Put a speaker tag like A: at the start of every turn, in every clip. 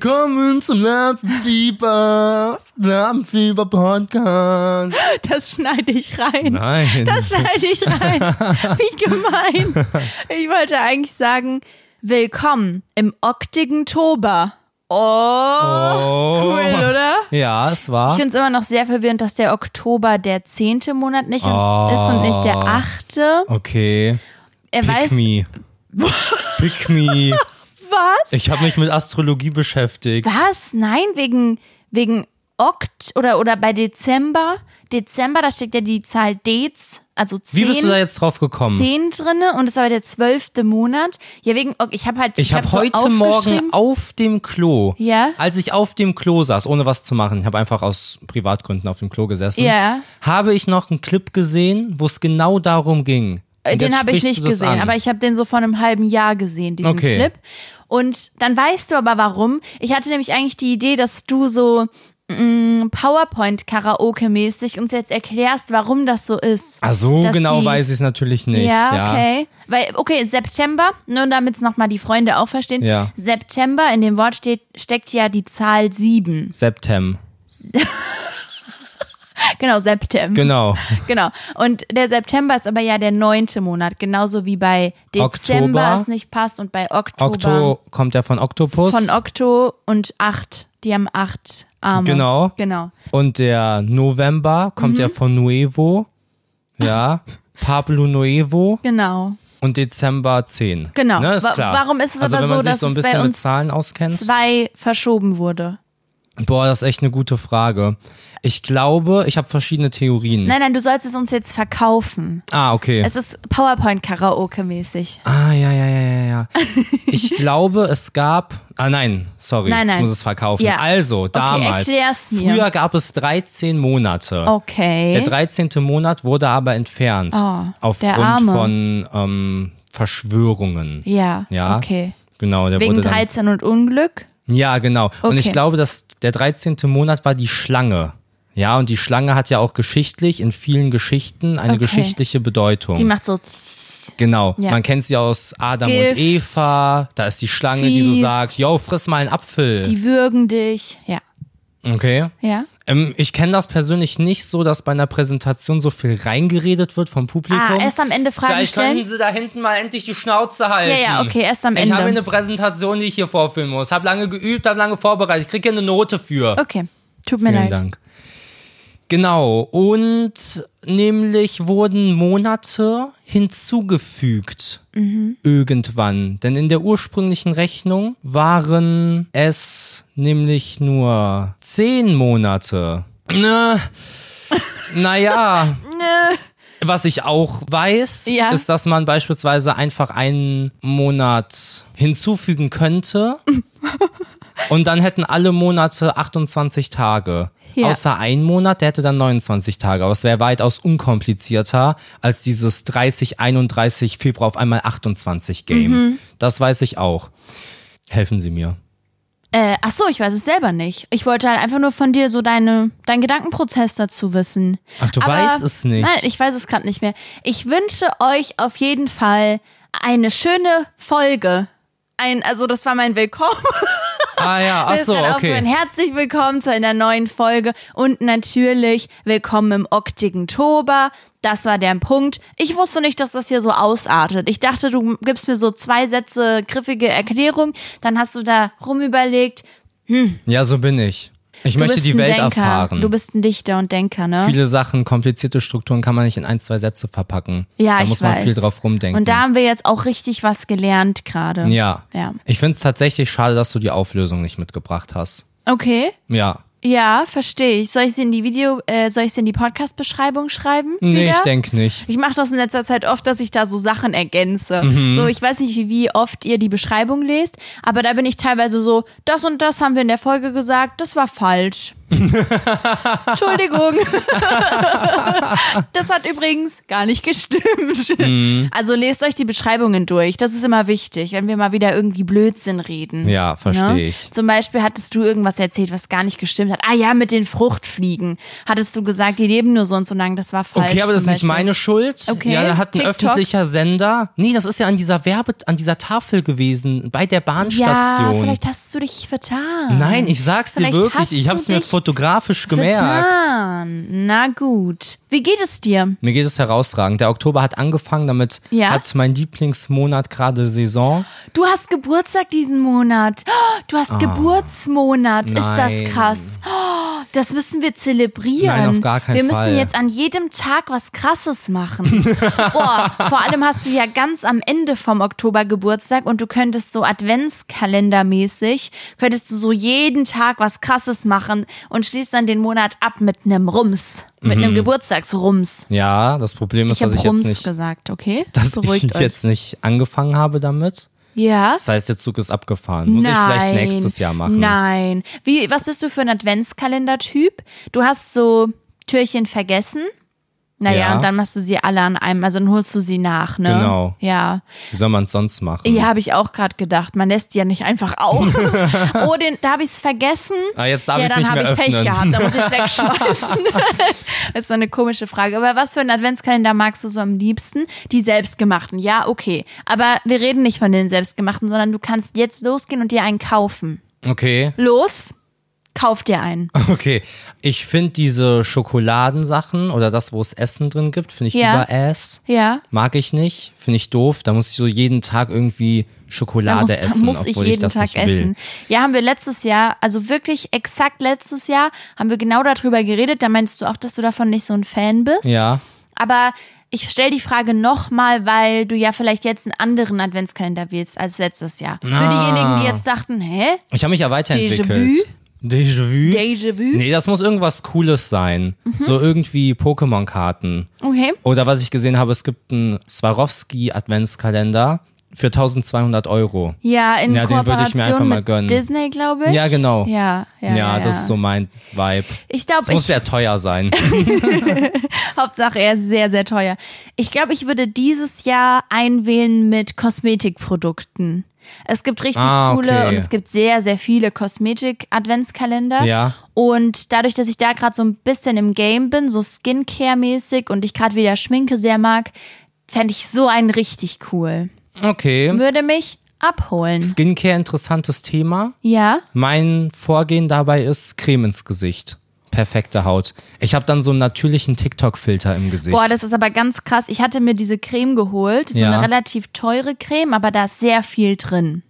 A: Willkommen zum Lampenfieber, Lampenfieber Podcast.
B: Das schneide ich rein.
A: Nein.
B: Das schneide ich rein. Wie gemein. Ich wollte eigentlich sagen, willkommen im oktigen Tober. Oh,
A: Oh.
B: cool, oder?
A: ja, es
B: Ich
A: war.
B: finde es immer noch sehr verwirrend, dass der Oktober der zehnte Monat nicht
A: Oh.
B: ist und nicht der achte.
A: Okay.
B: Er
A: Pick
B: weiß
A: me. Pick me.
B: was?
A: Ich habe mich mit Astrologie beschäftigt.
B: Was? Nein, wegen, wegen Okt oder, oder bei Dezember. Dezember, da steckt ja die Zahl Dez, also 10.
A: Wie bist du da jetzt drauf gekommen?
B: 10 drinne und das war der zwölfte Monat. Ja, wegen, ok, ich habe halt.
A: Ich habe
B: hab so
A: heute
B: aufgeschrieben-
A: Morgen auf dem Klo,
B: Ja.
A: als ich auf dem Klo saß, ohne was zu machen, ich habe einfach aus Privatgründen auf dem Klo gesessen,
B: Ja.
A: habe ich noch einen Clip gesehen, wo es genau darum ging.
B: Äh,
A: Und
B: Den
A: jetzt
B: habe ich
A: sprichst
B: nicht
A: du das
B: gesehen,
A: an.
B: aber ich habe den so vor einem halben Jahr gesehen, diesen
A: Okay.
B: Clip. Und dann weißt du aber warum. Ich hatte nämlich eigentlich die Idee, dass du so mm, PowerPoint-Karaoke-mäßig uns jetzt erklärst, warum das so ist.
A: Ach so
B: dass
A: genau
B: die-
A: weiß ich es natürlich nicht.
B: ja,
A: ja.
B: okay. Weil, okay, September, nur damit es nochmal die Freunde auch verstehen.
A: Ja.
B: September, in dem Wort steht, steckt ja die Zahl 7.
A: Septem.
B: Genau, September.
A: Genau.
B: Genau. Und der September ist aber ja der neunte Monat, genauso wie bei Dezember
A: Oktober.
B: es nicht passt und bei Oktober
A: Okto kommt ja von Oktopus.
B: von Okto und acht. Die haben acht Arme.
A: Genau.
B: Genau.
A: und der November kommt
B: Mhm.
A: ja von Nuevo. Ja. Pablo Nuevo
B: Genau.
A: und Dezember 10.
B: Genau.
A: Ne, ist
B: Wa-
A: klar.
B: warum ist es
A: also,
B: aber
A: wenn man
B: so,
A: sich
B: dass
A: so ein
B: es bei
A: bisschen mit
B: uns
A: Zahlen auskennt?
B: Zwei verschoben wurde.
A: Boah, das ist echt eine gute Frage. Ich glaube, ich habe verschiedene Theorien.
B: Nein, nein, du sollst es uns jetzt verkaufen.
A: Ah, okay.
B: Es ist PowerPoint-Karaoke-mäßig.
A: ah, ja, ja, ja, ja, ja. Ich glaube, es gab. Ah, nein, sorry.
B: Nein,
A: Ich
B: nein.
A: muss es verkaufen.
B: Ja.
A: Also, damals.
B: erklär's mir.
A: Früher gab es 13 Monate. Der
B: Okay.
A: 13. Monat wurde aber entfernt.
B: Oh, der
A: aufgrund
B: Arme.
A: von ähm, Verschwörungen.
B: ja.
A: Ja.
B: Okay.
A: Genau, der
B: Wegen
A: wurde dann,
B: 13 und Unglück?
A: Ja, genau. Und ich
B: Okay.
A: glaube, dass der 13. Monat war die Schlange. Ja, und die Schlange hat ja auch geschichtlich in vielen Geschichten eine
B: Okay.
A: geschichtliche Bedeutung.
B: Die macht so.
A: genau.
B: Ja.
A: Man kennt sie aus Adam und
B: Gift.
A: Eva. Da ist die Schlange, die so
B: Fies.
A: sagt, yo, friss mal einen Apfel.
B: Die würgen dich. Ja.
A: okay.
B: Ja.
A: Ähm, ich kenne das persönlich nicht so, dass bei einer Präsentation so viel reingeredet wird vom Publikum.
B: Ah, erst am Ende Fragen
A: Vielleicht
B: stellen.
A: können Sie da hinten mal endlich die Schnauze halten.
B: Ja, ja, okay, erst am
A: Ich
B: Ende.
A: habe hier eine Präsentation, die ich hier vorführen muss. Hab lange geübt, hab lange vorbereitet. Ich krieg hier eine Note für.
B: Okay, tut mir
A: Vielen
B: leid.
A: Dank. Genau, und nämlich wurden Monate hinzugefügt
B: Mhm.
A: irgendwann. Denn in der ursprünglichen Rechnung waren es nämlich nur zehn Monate. Ne? Naja. Was ich auch weiß,
B: Ja.
A: ist, dass man beispielsweise einfach einen Monat hinzufügen könnte. Und dann hätten alle Monate 28 Tage.
B: Ja.
A: Außer ein Monat, der hätte dann 29 Tage. Aber es wäre weitaus unkomplizierter als dieses 30, 31 Februar auf einmal 28 Game.
B: Mhm.
A: Das weiß ich auch. Helfen Sie mir.
B: Äh, ach so, ich weiß es selber nicht. Ich wollte halt einfach nur von dir so deine, deinen Gedankenprozess dazu wissen.
A: Ach, du
B: Aber-
A: weißt es nicht.
B: Nein, ich weiß es gerade nicht mehr. Ich wünsche euch auf jeden Fall eine schöne Folge. Ein, also das war mein Willkommen.
A: Ah ja, ach
B: Mir ist
A: so,
B: gerade aufgefallen.
A: okay.
B: Herzlich willkommen zu einer neuen Folge und natürlich willkommen im oktigen Tober. Das war der Punkt. Ich wusste nicht, dass das hier so ausartet. Ich dachte, du gibst mir so zwei Sätze griffige Erklärung, dann hast du da rumüberlegt.
A: Ja, so bin ich. Ich
B: Du
A: möchte
B: bist
A: die
B: ein
A: Welt
B: Denker.
A: erfahren.
B: Du bist ein Dichter und Denker, ne?
A: Viele Sachen, komplizierte Strukturen kann man nicht in ein, zwei Sätze verpacken.
B: ja,
A: da
B: ich
A: muss man
B: weiß.
A: viel drauf rumdenken.
B: Und da haben wir jetzt auch richtig was gelernt gerade.
A: ja.
B: Ja.
A: Ich finde es tatsächlich schade, dass du die Auflösung nicht mitgebracht hast.
B: Okay.
A: Ja.
B: Ja, verstehe ich. Soll ich sie in die Video, äh, soll ich sie in die Podcast-Beschreibung schreiben?
A: Nee,
B: wieder?
A: ich denke nicht.
B: Ich mache das in letzter Zeit oft, dass ich da so Sachen ergänze.
A: Mhm.
B: So, ich weiß nicht, wie oft ihr die Beschreibung lest, aber da bin ich teilweise so, das und das haben wir in der Folge gesagt, das war falsch. Entschuldigung. das hat übrigens gar nicht gestimmt.
A: Mhm.
B: Also lest euch die Beschreibungen durch. Das ist immer wichtig, wenn wir mal wieder irgendwie Blödsinn reden.
A: Ja, verstehe
B: Ne?
A: ich.
B: Zum Beispiel hattest du irgendwas erzählt, was gar nicht gestimmt hat. Ah ja, mit den Fruchtfliegen. Hattest du gesagt, die leben nur so und so lang. Das war falsch.
A: Okay, aber das ist
B: zum
A: nicht
B: Beispiel.
A: meine Schuld.
B: Okay,
A: Ja, da hat ein
B: TikTok.
A: öffentlicher Sender. Nee, das ist ja an dieser Werbe, an dieser Tafel gewesen, bei der
B: Ja,
A: Bahnstation.
B: vielleicht hast du dich vertan.
A: Nein, ich sag's dir
B: Vielleicht
A: wirklich,
B: hast
A: ich
B: du
A: hab's mir
B: dich
A: fotografisch gemerkt.
B: Vertan. Na gut. Wie geht es dir?
A: Mir geht es herausragend. Der Oktober hat angefangen, damit
B: Ja?
A: hat mein Lieblingsmonat gerade Saison.
B: Du hast Geburtstag diesen Monat. Oh, Du hast Geburtsmonat. Ist
A: Ah. Nein.
B: das krass? Oh, Das müssen wir zelebrieren.
A: Nein, auf gar keinen
B: wir müssen
A: Fall.
B: jetzt an jedem Tag was Krasses machen. Boah, vor allem hast du ja ganz am Ende vom Oktober Geburtstag und du könntest so Adventskalendermäßig, könntest du so jeden Tag was Krasses machen und schließt dann den Monat ab mit einem Rums, mit einem Geburtstagsrums.
A: Ja, Mhm. das Problem ist,
B: Ich habe
A: dass ich jetzt
B: Rums
A: nicht,
B: gesagt, okay?
A: dass ich
B: Beruhigt euch.
A: jetzt nicht angefangen habe damit.
B: ja.
A: Das heißt, der Zug ist abgefahren. Muss ich vielleicht nächstes Jahr machen.
B: Nein. Wie, was bist du für ein Adventskalender-Typ? Du hast so Türchen vergessen. Naja,
A: Ja.
B: und dann machst du sie alle an einem, also dann holst du sie nach, ne?
A: Genau. Mhm.
B: Ja.
A: Wie soll man es sonst machen?
B: Ja, habe ich auch gerade gedacht. Man lässt die ja nicht einfach aus. oh, den, da habe ich es vergessen.
A: Ah, jetzt darf
B: ja,
A: ich's
B: dann
A: nicht
B: habe
A: mehr
B: ich Pech
A: öffnen.
B: gehabt. Da muss ich es wegschmeißen. das ist so eine komische Frage. Aber was für einen Adventskalender magst du so am liebsten? Die selbstgemachten. Ja, okay. Aber wir reden nicht von den selbstgemachten, sondern du kannst jetzt losgehen und dir einen kaufen.
A: Okay.
B: Los, kauf dir einen.
A: Okay, ich finde diese Schokoladensachen oder das, wo es Essen drin gibt, finde ich
B: Ja.
A: überass.
B: Ja.
A: Mag ich nicht, finde ich doof. Da muss ich so jeden Tag irgendwie
B: Da
A: Schokolade
B: muss, da
A: essen,
B: muss ich
A: obwohl
B: jeden
A: ich das
B: Tag
A: nicht will.
B: essen. Ja, haben wir letztes Jahr, also wirklich exakt letztes Jahr, haben wir genau darüber geredet. Da meinst du auch, dass du davon nicht so ein Fan bist.
A: Ja,
B: Aber ich stelle die Frage nochmal, weil du ja vielleicht jetzt einen anderen Adventskalender wählst als letztes Jahr. Für
A: Ah.
B: diejenigen, die jetzt dachten, hä?
A: ich habe mich ja weiterentwickelt.
B: Déjà-vu?
A: Déjà-vu?
B: Déjà-vu?
A: Nee, das muss irgendwas Cooles sein.
B: Mhm.
A: So irgendwie Pokémon-Karten.
B: Okay.
A: Oder was ich gesehen habe, es gibt einen Swarovski-Adventskalender für 1200 Euro.
B: Ja, in
A: Ja, den würde ich mir
B: Kooperation
A: einfach mal
B: mit
A: gönnen.
B: Disney, glaube ich.
A: Ja, genau.
B: Ja, ja,
A: Ja,
B: ja, ja.
A: das ist so mein Vibe.
B: Ich glaube,
A: Das muss
B: ich
A: ja teuer sein.
B: Hauptsache, er ist sehr, sehr teuer. Ich glaube, ich würde dieses Jahr einwählen mit Kosmetikprodukten. Es gibt richtig
A: Ah,
B: coole
A: okay.
B: und es gibt sehr, sehr viele Kosmetik-Adventskalender.
A: Ja.
B: Und dadurch, dass ich da gerade so ein bisschen im Game bin, so Skincare-mäßig und ich gerade wieder Schminke sehr mag, fände ich so einen richtig cool.
A: Okay.
B: Würde mich abholen.
A: Skincare interessantes Thema.
B: Ja?
A: Mein Vorgehen dabei ist Creme ins Gesicht. Perfekte Haut. Ich habe dann so einen natürlichen TikTok-Filter im Gesicht.
B: Boah, das ist aber ganz krass. Ich hatte mir diese Creme geholt, so
A: Ja.
B: eine relativ teure Creme, aber da ist sehr viel drin.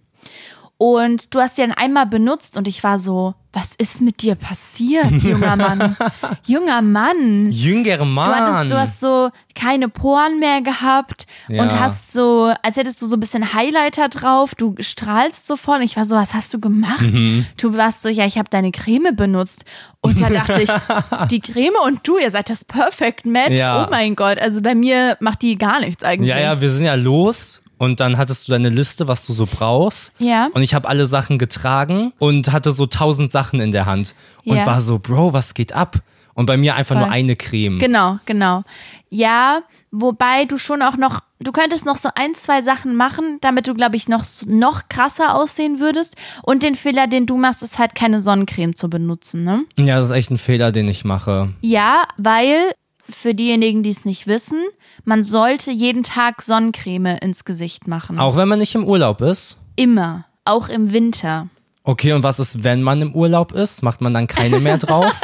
B: Und du hast die dann einmal benutzt und ich war so, was ist mit dir passiert, junger Mann? junger Mann.
A: Jüngere
B: Du,
A: Mann.
B: hattest, du hast so keine Poren mehr gehabt und
A: Ja.
B: hast so, als hättest du so ein bisschen Highlighter drauf, du strahlst so voll. Und ich war so, was hast du gemacht?
A: Mhm.
B: Du warst so, ja, ich habe deine Creme benutzt. Und da dachte ich, die Creme und du, ihr seid das Perfect Match.
A: Ja.
B: Oh mein Gott, also bei mir macht die gar nichts eigentlich.
A: ja, ja, wir sind ja los. Und dann hattest du deine Liste, was du so brauchst.
B: Ja.
A: Und ich habe alle Sachen getragen und hatte so tausend Sachen in der Hand. Und
B: Ja.
A: war so, Bro, was geht ab? Und bei mir einfach nur
B: Voll.
A: eine Creme.
B: Genau, genau. Ja, wobei du schon auch noch, du könntest noch so ein, zwei Sachen machen, damit du, glaube ich, noch, noch krasser aussehen würdest. Und den Fehler, den du machst, ist halt keine Sonnencreme zu benutzen, ne?
A: ja, das ist echt ein Fehler, den ich mache.
B: Ja, weil für diejenigen, die es nicht wissen, man sollte jeden Tag Sonnencreme ins Gesicht machen.
A: Auch wenn man nicht im Urlaub ist.
B: Immer. Auch im Winter.
A: Okay, und was ist, wenn man im Urlaub ist? Macht man dann keine mehr drauf?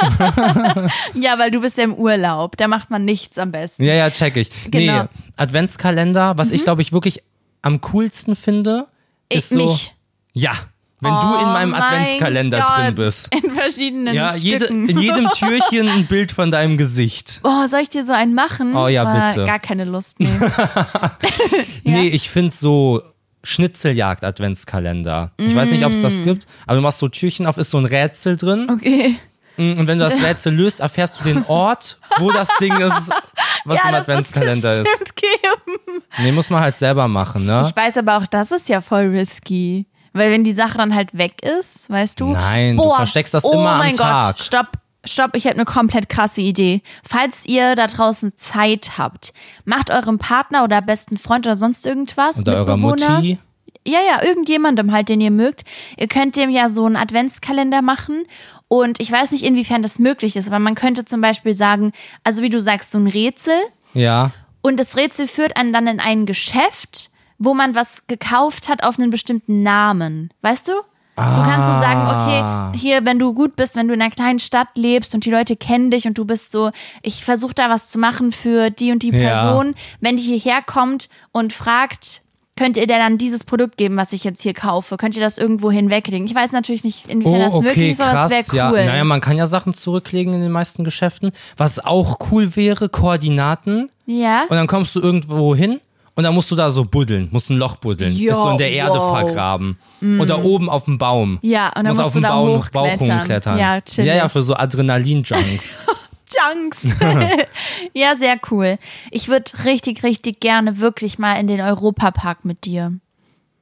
B: Ja, weil du bist ja im Urlaub. Da macht man nichts am besten.
A: Ja, ja, check ich.
B: Genau. Mhm.
A: Nee, Adventskalender, was ich glaube ich wirklich am coolsten finde,
B: Ich
A: ist so.
B: mich.
A: Ja, wenn du in
B: Oh
A: meinem
B: mein
A: Adventskalender
B: Gott.
A: drin bist.
B: In verschiedenen
A: Ja, jede,
B: Stücken.
A: in jedem Türchen ein Bild von deinem Gesicht.
B: Oh, soll ich dir so einen machen?
A: Oh ja,
B: Ah,
A: bitte.
B: Gar keine Lust. Nee.
A: Nee, ich finde so Schnitzeljagd-Adventskalender. Ich weiß nicht, ob es
B: Mm.
A: das gibt, aber du machst so Türchen auf, ist so ein Rätsel drin.
B: Okay.
A: Und wenn du das Rätsel löst, erfährst du den Ort, wo das Ding ist, was
B: ja,
A: im
B: das wird's
A: Adventskalender ist.
B: bestimmt geben.
A: Nee, muss man halt selber machen, ne?
B: Ich weiß aber auch, das ist ja voll risky. Weil wenn die Sache dann halt weg ist, weißt du?
A: Nein, du versteckst das
B: oh
A: immer am
B: mein
A: Tag.
B: Gott, stopp. Stopp, ich habe eine komplett krasse Idee. Falls ihr da draußen Zeit habt, macht eurem Partner oder besten Freund oder sonst irgendwas.
A: Unter eurer
B: Mitbewohner-
A: Mutti.
B: ja, ja, irgendjemandem halt, den ihr mögt. Ihr könnt dem ja so einen Adventskalender machen. Und ich weiß nicht, inwiefern das möglich ist, aber man könnte zum Beispiel sagen, also wie du sagst, so ein Rätsel.
A: Ja.
B: Und das Rätsel führt einen dann in ein Geschäft, wo man was gekauft hat auf einen bestimmten Namen. Weißt du? Du kannst so
A: Ah.
B: sagen, okay, hier, wenn du gut bist, wenn du in einer kleinen Stadt lebst und die Leute kennen dich und du bist so, ich versuche da was zu machen für die und die
A: Ja.
B: Person. Wenn die hierher kommt und fragt, könnt ihr der dann dieses Produkt geben, was ich jetzt hier kaufe? Könnt ihr das irgendwo hinweglegen? Ich weiß natürlich nicht, inwiefern das möglich ist, aber es wäre
A: Oh, ja.
B: cool.
A: Naja, man kann ja Sachen zurücklegen in den meisten Geschäften. Was auch cool wäre, Koordinaten.
B: ja.
A: Und dann kommst du irgendwo hin und dann musst du da so buddeln, musst ein Loch buddeln,
B: Ja,
A: bist du in der Erde
B: wow. Mm.
A: vergraben. Oder oben auf dem Baum.
B: Ja, und dann
A: musst
B: musst
A: auf
B: du
A: dem
B: da
A: Baum,
B: hochklettern.
A: Bauch hochklettern.
B: Ja, chillig.
A: ja, ja, für so Adrenalin-Junks.
B: Junks. ja, sehr cool. Ich würde richtig, richtig gerne wirklich mal in den Europapark mit dir.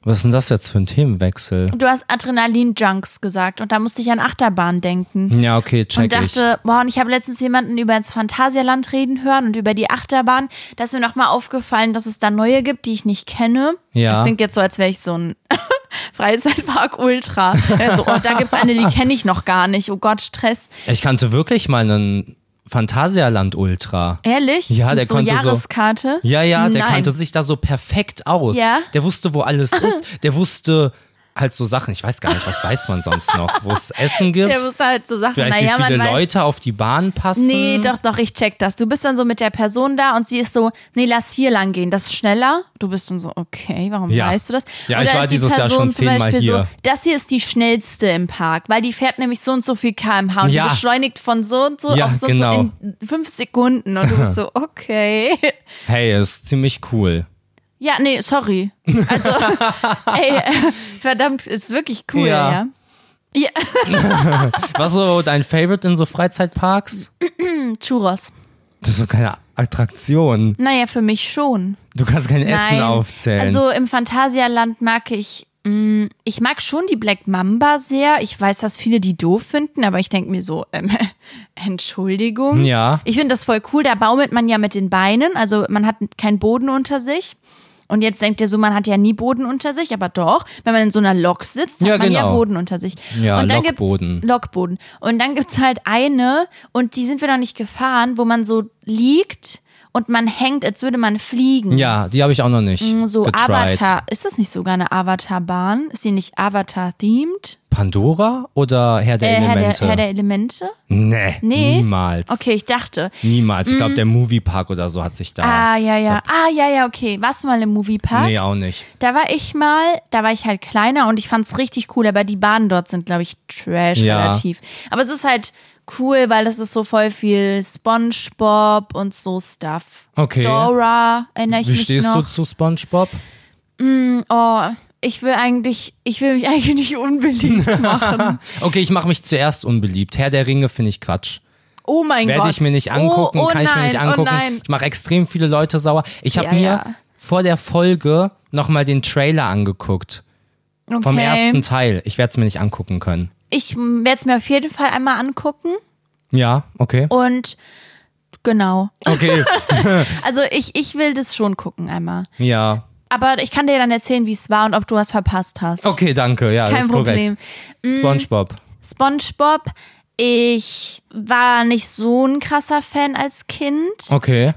A: Was ist denn das jetzt für ein Themenwechsel?
B: Du hast Adrenalin-Junks gesagt und da musste ich an Achterbahn denken.
A: Ja, okay, check
B: Und dachte, boah, und ich habe letztens jemanden über das Phantasialand reden hören und über die Achterbahn. Da ist mir nochmal aufgefallen, dass es da neue gibt, die ich nicht kenne.
A: Ja.
B: Das klingt jetzt so, als wäre ich so ein Freizeitpark-Ultra. Also, oh, da gibt's eine, die kenne ich noch gar nicht. Oh Gott, Stress.
A: ich. Ich kannte wirklich mal einen Phantasialand-Ultra.
B: Ehrlich?
A: Ja,
B: Mit
A: der
B: so
A: konnte so-
B: Jahreskarte?
A: Ja, ja, der
B: Nein.
A: kannte sich da so perfekt aus.
B: Ja?
A: Der wusste, wo alles ist. Der wusste halt so Sachen. Ich weiß gar nicht, was weiß man sonst noch? Wo es Essen gibt,
B: Der muss halt so Sachen,
A: vielleicht
B: naja,
A: wie viele
B: man weiß.
A: Leute auf die Bahn passen.
B: Nee, doch, doch, ich check das. Du bist dann so mit der Person da und sie ist so, nee, lass hier lang gehen, das ist schneller. Du bist dann so, okay, warum
A: Ja.
B: weißt du das?
A: Ja,
B: und
A: ich
B: dann
A: war
B: ist die
A: dieses Jahr
B: Person
A: schon
B: zum
A: zehnmal
B: Beispiel
A: hier.
B: so, das hier ist die schnellste im Park, weil die fährt nämlich so und so viel kmh und
A: Ja.
B: die beschleunigt von so und so
A: Ja,
B: auf so
A: genau.
B: und so in fünf Sekunden und du bist so, okay.
A: Hey, ist ziemlich cool.
B: Ja, nee, sorry. Also, ey, äh, verdammt, ist wirklich cool,
A: Ja.
B: ja. ja.
A: Was so dein Favorite in so Freizeitparks?
B: Churros.
A: Das ist so keine Attraktion.
B: Naja, für mich schon.
A: Du kannst kein Essen
B: Nein.
A: aufzählen.
B: Also im Phantasialand mag ich, mm, ich mag schon die Black Mamba sehr. Ich weiß, dass viele die doof finden, aber ich denke mir so, ähm, Entschuldigung.
A: Ja.
B: Ich finde das voll cool. Da baumelt man ja mit den Beinen, also man hat keinen Boden unter sich. Und jetzt denkt ihr so, man hat ja nie Boden unter sich, aber doch, wenn man in so einer Lok sitzt, hat
A: Ja,
B: man ja
A: genau.
B: Boden unter sich.
A: Ja,
B: und dann
A: Lokboden.
B: Gibt's Lokboden. Und dann gibt's halt eine, und die sind wir noch nicht gefahren, wo man so liegt und man hängt, als würde man fliegen.
A: ja, die habe ich auch noch nicht.
B: mm, So
A: getried.
B: Avatar, ist das nicht sogar eine Avatar-Bahn? Ist die nicht Avatar-themed?
A: Pandora oder Herr der
B: Äh, Herr, der,
A: Elemente?
B: Herr der Elemente?
A: nee,
B: Nee?
A: niemals.
B: Okay, Mm. ich dachte.
A: Niemals. Ich glaube, der Moviepark oder so hat sich da.
B: Ah, ja, ja. Ah, ja, ja, okay. Warst du mal im Moviepark?
A: nee, auch nicht.
B: Da war ich mal, da war ich halt kleiner und ich fand's richtig cool, aber die Bahnen dort sind, glaube ich, trash
A: Ja.
B: relativ. Aber es ist halt cool, weil das ist so voll viel Spongebob und so Stuff.
A: Okay.
B: Dora, erinnere ich
A: Wie
B: mich
A: stehst
B: noch.
A: du zu SpongeBob?
B: Oh, ich will eigentlich, ich will mich eigentlich nicht unbeliebt machen.
A: Okay, ich mache mich zuerst unbeliebt. Herr der Ringe finde ich Quatsch.
B: Oh mein Gott.
A: Werde ich mir nicht angucken,
B: oh, oh
A: kann ich
B: nein,
A: mir nicht
B: Oh
A: angucken.
B: nein.
A: ich mache extrem viele Leute sauer. Ich habe
B: Ja,
A: mir
B: ja.
A: vor der Folge nochmal den Trailer angeguckt.
B: Okay.
A: Vom ersten Teil. Ich werde es mir nicht angucken können.
B: Ich werde es mir auf jeden Fall einmal angucken
A: Ja, okay.
B: und genau.
A: Okay,
B: Also ich, ich will das schon gucken einmal.
A: ja.
B: Aber ich kann dir dann erzählen, wie es war und ob du was verpasst hast.
A: Okay, danke. Ja, das
B: Kein
A: ist
B: Problem. Mhm.
A: korrekt. SpongeBob.
B: SpongeBob, ich war nicht so ein krasser Fan als Kind.
A: Okay.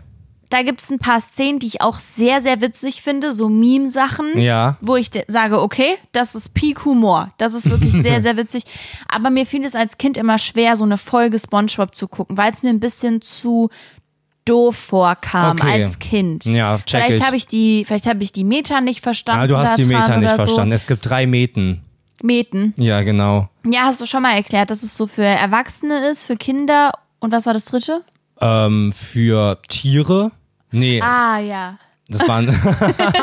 B: Da gibt's ein paar Szenen, die ich auch sehr, sehr witzig finde, so Meme-Sachen.
A: Ja.
B: Wo ich de- sage, okay, das ist Peak-Humor. Das ist wirklich sehr, sehr witzig. Aber mir fiel es als Kind immer schwer, so eine Folge Spongebob zu gucken, weil es mir ein bisschen zu doof vorkam
A: Okay.
B: als Kind.
A: Ja, check
B: vielleicht
A: ich.
B: habe ich die, vielleicht habe ich die Meter nicht verstanden.
A: Ah, du hast die
B: daran
A: Meter nicht
B: oder
A: verstanden. Es gibt drei Meten.
B: So. Meten.
A: Ja, genau.
B: Ja, hast du schon mal erklärt, dass es so für Erwachsene ist, für Kinder und was war das dritte?
A: Ähm, für Tiere? Nee,
B: Ah ja.
A: das waren.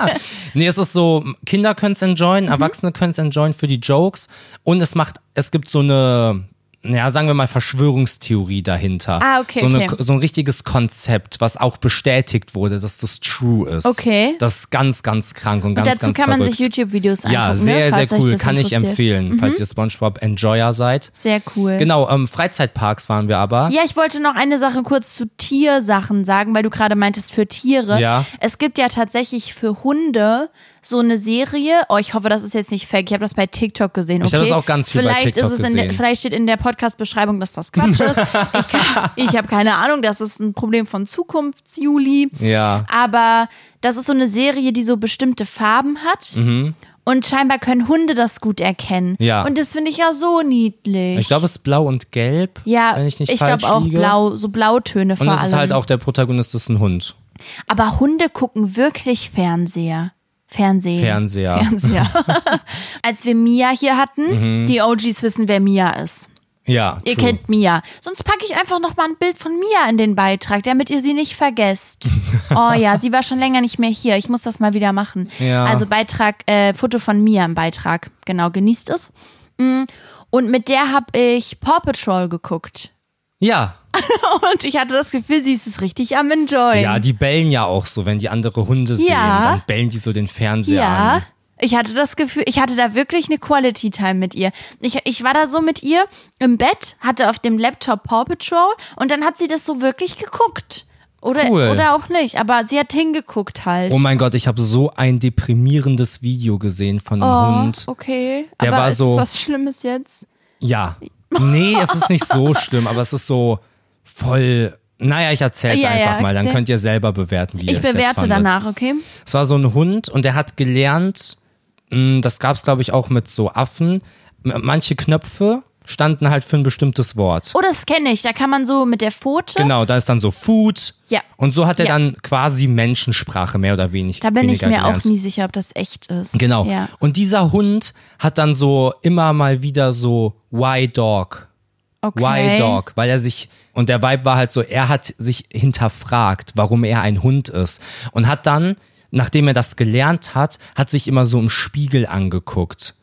A: nee, es ist so,
B: Mhm.
A: Kinder können es enjoyen, Erwachsene können es enjoyen für die Jokes. Und es macht, es gibt so eine ja, sagen wir mal, Verschwörungstheorie dahinter.
B: Ah, okay,
A: So,
B: okay.
A: so ein richtiges Konzept, was auch bestätigt wurde, dass das true ist.
B: Okay.
A: Das ist ganz, ganz krank und, ganz,
B: Dazu
A: ganz
B: kann man
A: verrückt.
B: sich YouTube-Videos angucken.
A: ja, sehr,
B: ne, falls
A: sehr
B: euch
A: cool.
B: das
A: Kann ich
B: interessiert. Mhm.
A: empfehlen, falls ihr SpongeBob-Enjoyer seid.
B: Sehr cool.
A: Genau, ähm, Freizeitparks waren wir aber.
B: Ja, ich wollte noch eine Sache kurz zu Tiersachen sagen, weil du gerade meintest für Tiere.
A: Ja.
B: Es gibt ja tatsächlich für Hunde so eine Serie. Oh, ich hoffe, das ist jetzt nicht fake. Ich habe das bei TikTok gesehen. Okay?
A: Ich hab das auch ganz viel bei
B: vielleicht
A: TikTok
B: ist es in der,
A: gesehen.
B: Vielleicht steht in der Podcast-Beschreibung, dass das Quatsch ist. Ich, kann- ich habe keine Ahnung. Das ist ein Problem von Zukunftsjuli.
A: Ja.
B: Aber das ist so eine Serie, die so bestimmte Farben hat. Und scheinbar können Hunde das gut erkennen.
A: Mhm. Ja.
B: Und das finde ich ja so niedlich.
A: Ich glaube, es ist blau und gelb.
B: Ja,
A: wenn ich nicht
B: ich
A: falsch
B: glaube auch
A: liege.
B: blau, so Blautöne
A: Und
B: vor
A: es
B: allem.
A: ist halt auch der Protagonist ist ein Hund.
B: Aber Hunde gucken wirklich Fernseher. Fernsehen.
A: Fernseher.
B: Fernseher. Als wir Mia hier hatten, die OGs wissen, wer Mia ist.
A: Ja.
B: Ihr
A: Mhm. true.
B: kennt Mia. Sonst packe ich einfach nochmal ein Bild von Mia in den Beitrag, damit ihr sie nicht vergesst. oh ja, sie war schon länger nicht mehr hier. Ich muss das mal wieder machen.
A: Ja.
B: Also Beitrag, äh, Foto von Mia im Beitrag. Genau, genießt es. Mm. Und mit der habe ich Paw Patrol geguckt.
A: Ja.
B: Und ich hatte das Gefühl, sie ist es richtig am Enjoyen.
A: Ja, die bellen ja auch so, wenn die andere Hunde sehen,
B: Ja.
A: dann bellen die so den Fernseher
B: Ja.
A: an.
B: Ich hatte das Gefühl, ich hatte da wirklich eine Quality Time mit ihr. Ich, ich war da so mit ihr im Bett, hatte auf dem Laptop Paw Patrol und dann hat sie das so wirklich geguckt. Oder,
A: Cool.
B: oder auch nicht, aber sie hat hingeguckt halt.
A: Oh mein Gott, ich habe so ein deprimierendes Video gesehen von einem Hund.
B: Oh, okay.
A: Der
B: aber
A: war
B: ist
A: so-
B: was Schlimmes jetzt?
A: Ja. Nee, es ist nicht so schlimm, aber es ist so voll. Naja, ich erzähl's
B: Ja, ja,
A: einfach mal, dann
B: erzähl.
A: könnt ihr selber bewerten, wie ihr
B: Ich
A: es jetzt
B: bewerte
A: fandet.
B: danach, okay?
A: Es war so ein Hund und der hat gelernt, mh, das gab's glaube ich auch mit so Affen, m- manche Knöpfe standen halt für ein bestimmtes Wort.
B: Oh, das kenne ich. Da kann man so mit der Pfote.
A: Genau, da ist dann so Food.
B: Ja.
A: Und so hat er
B: Ja.
A: dann quasi Menschensprache mehr oder wenig,
B: Da bin ich
A: weniger
B: mir
A: gelernt.
B: auch nie sicher, ob das echt ist.
A: Genau.
B: Ja.
A: Und dieser Hund hat dann so immer mal wieder so Why Dog?
B: Okay.
A: Why Dog? Weil er sich, und der Vibe war halt so, er hat sich hinterfragt, warum er ein Hund ist. Und hat dann, nachdem er das gelernt hat, hat sich immer so im Spiegel angeguckt.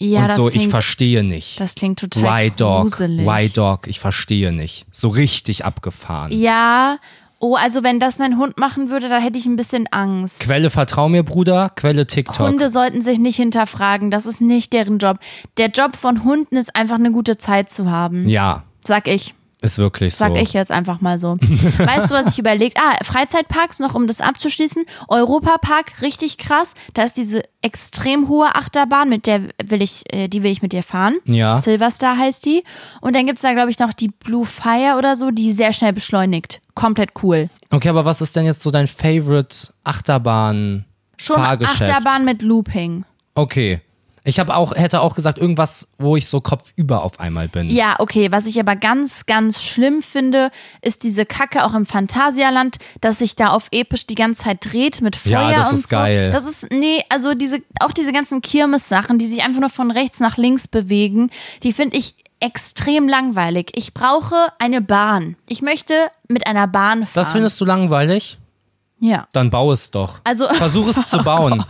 B: Ja,
A: und
B: das
A: so, ich
B: klingt,
A: verstehe nicht.
B: das klingt total
A: Why Dog?
B: gruselig.
A: Why Dog? Ich verstehe nicht. So richtig abgefahren.
B: Ja. Oh, also wenn das mein Hund machen würde, da hätte ich ein bisschen Angst.
A: Quelle vertrau mir, Bruder. Quelle TikTok.
B: Hunde sollten sich nicht hinterfragen. Das ist nicht deren Job. Der Job von Hunden ist einfach eine gute Zeit zu haben.
A: Ja,
B: Sag ich.
A: ist wirklich
B: Sag
A: so.
B: ich jetzt einfach mal so. weißt du, was ich überlegt? Ah, Freizeitparks, noch um das abzuschließen. Europapark, richtig krass. Da ist diese extrem hohe Achterbahn, mit der will ich, äh, die will ich mit dir fahren.
A: Ja.
B: Silverstar heißt die. Und dann gibt's da, glaube ich, noch die Blue Fire oder so, die sehr schnell beschleunigt. Komplett cool.
A: Okay, aber was ist denn jetzt so dein Favorite Achterbahn
B: Schon
A: Fahrgeschäft?
B: Achterbahn mit Looping.
A: Okay. Ich habe auch hätte auch gesagt irgendwas, wo ich so kopfüber auf einmal bin.
B: Ja, okay. Was ich aber ganz, ganz schlimm finde, ist diese Kacke auch im Phantasialand, dass sich da auf episch die ganze Zeit dreht mit Feuer
A: Ja, das
B: und
A: ist
B: so.
A: geil.
B: Das ist nee, also diese auch diese ganzen Kirmes-Sachen, die sich einfach nur von rechts nach links bewegen, die finde ich extrem langweilig. Ich brauche eine Bahn. Ich möchte mit einer Bahn fahren.
A: Das findest du langweilig?
B: ja.
A: Dann bau es doch.
B: Also- Oh
A: versuch es zu bauen.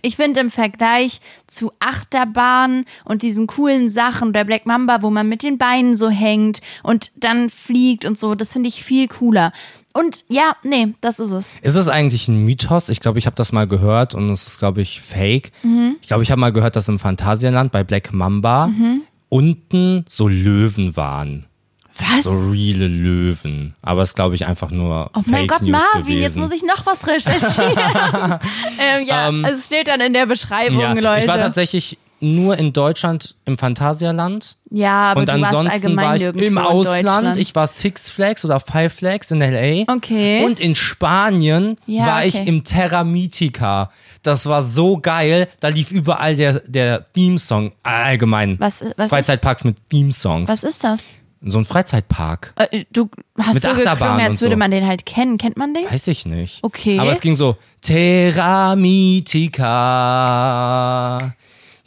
B: Ich finde im Vergleich zu Achterbahnen und diesen coolen Sachen bei Black Mamba, wo man mit den Beinen so hängt und dann fliegt und so, das finde ich viel cooler. Und ja, nee, das ist es.
A: Ist es eigentlich ein Mythos? Ich glaube, ich habe das mal gehört und es ist glaube ich fake.
B: Mhm.
A: Ich glaube, ich habe mal gehört, dass im Phantasialand bei Black Mamba
B: Mhm.
A: unten so Löwen waren.
B: Was?
A: So reale Löwen, aber es glaube ich einfach nur
B: Oh
A: Fake
B: mein Gott,
A: News
B: Marvin,
A: gewesen.
B: jetzt muss ich noch was recherchieren. ähm, ja, also es steht dann in der Beschreibung,
A: Ja,
B: Leute.
A: Ich war tatsächlich nur in Deutschland im Phantasialand
B: ja, aber
A: und
B: du warst
A: ansonsten
B: allgemein
A: war ich
B: nirgendwo
A: im
B: in
A: Ausland.
B: Deutschland.
A: Ich war Six Flags oder Five Flags in LA.
B: Okay.
A: Und in Spanien
B: Ja,
A: war
B: okay.
A: ich im Terra Mítica. Das war so geil. Da lief überall der, der Theme-Song allgemein.
B: Was- was ist-
A: Freizeitparks mit Theme-Songs.
B: was ist das?
A: So ein Freizeitpark.
B: Äh, du hast
A: Mit
B: so
A: Achterbahn
B: geklungen,
A: und
B: als
A: so.
B: würde man den halt kennen. Kennt man den?
A: Weiß ich nicht.
B: Okay.
A: Aber es ging so Terra Mítica.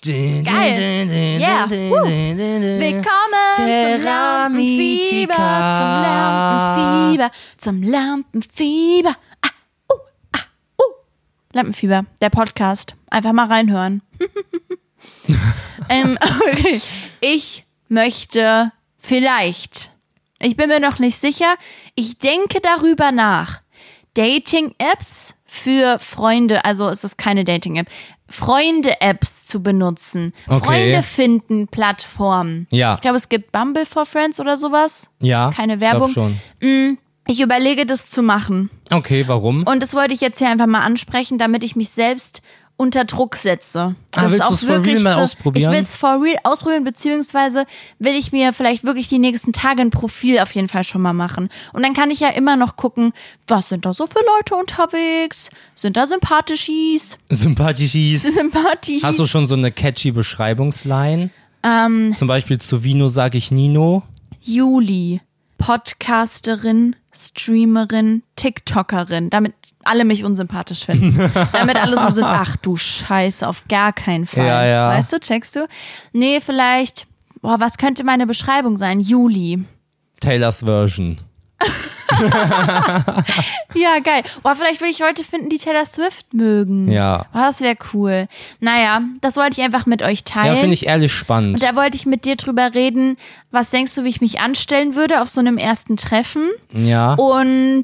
B: Geil. Yeah.
A: Willkommen.
B: Willkommen zum Lampenfieber, zum Lampenfieber, zum Lampenfieber. Ah, uh, ah, uh. Lampenfieber, der Podcast. Einfach mal reinhören. ähm, okay. Ich möchte Vielleicht. Ich bin mir noch nicht sicher. Ich denke darüber nach. Dating-Apps für Freunde, also es ist keine Dating-App, Freunde-Apps zu benutzen.
A: Okay.
B: Freunde finden Plattformen.
A: Ja.
B: Ich glaube, es gibt Bumble for Friends oder sowas.
A: Ja.
B: Keine
A: ich glaub
B: Werbung.
A: Schon.
B: Ich überlege, das zu machen.
A: Okay, warum?
B: Und das wollte ich jetzt hier einfach mal ansprechen, damit ich mich selbst unter Druck setze.
A: Ah,
B: Das
A: willst du's for real mal
B: Ich
A: ausprobieren?
B: will es for real ausprobieren, beziehungsweise will ich mir vielleicht wirklich die nächsten Tage ein Profil auf jeden Fall schon mal machen. Und dann kann ich ja immer noch gucken, was sind da so für Leute unterwegs? Sind da Sympathischis?
A: Sympathisch.
B: Sympathischis?
A: Hast du schon so eine catchy Beschreibungsline?
B: Ähm.
A: Zum Beispiel zu Vino sage ich Nino.
B: Juli, Podcasterin, Streamerin, TikTokerin, damit alle mich unsympathisch finden. damit alle so sind, ach du Scheiße, auf gar keinen Fall.
A: Ja, ja.
B: Weißt du, checkst du? Nee, vielleicht, boah, was könnte meine Beschreibung sein? Juli.
A: Taylors Version.
B: Ja, geil. Boah, vielleicht würde ich Leute finden, die Taylor Swift mögen.
A: Ja.
B: Boah, das wäre cool. Naja, das wollte ich einfach mit euch teilen.
A: Ja, finde ich ehrlich spannend.
B: Und da wollte ich mit dir drüber reden, was denkst du, wie ich mich anstellen würde auf so einem ersten Treffen?
A: Ja.
B: und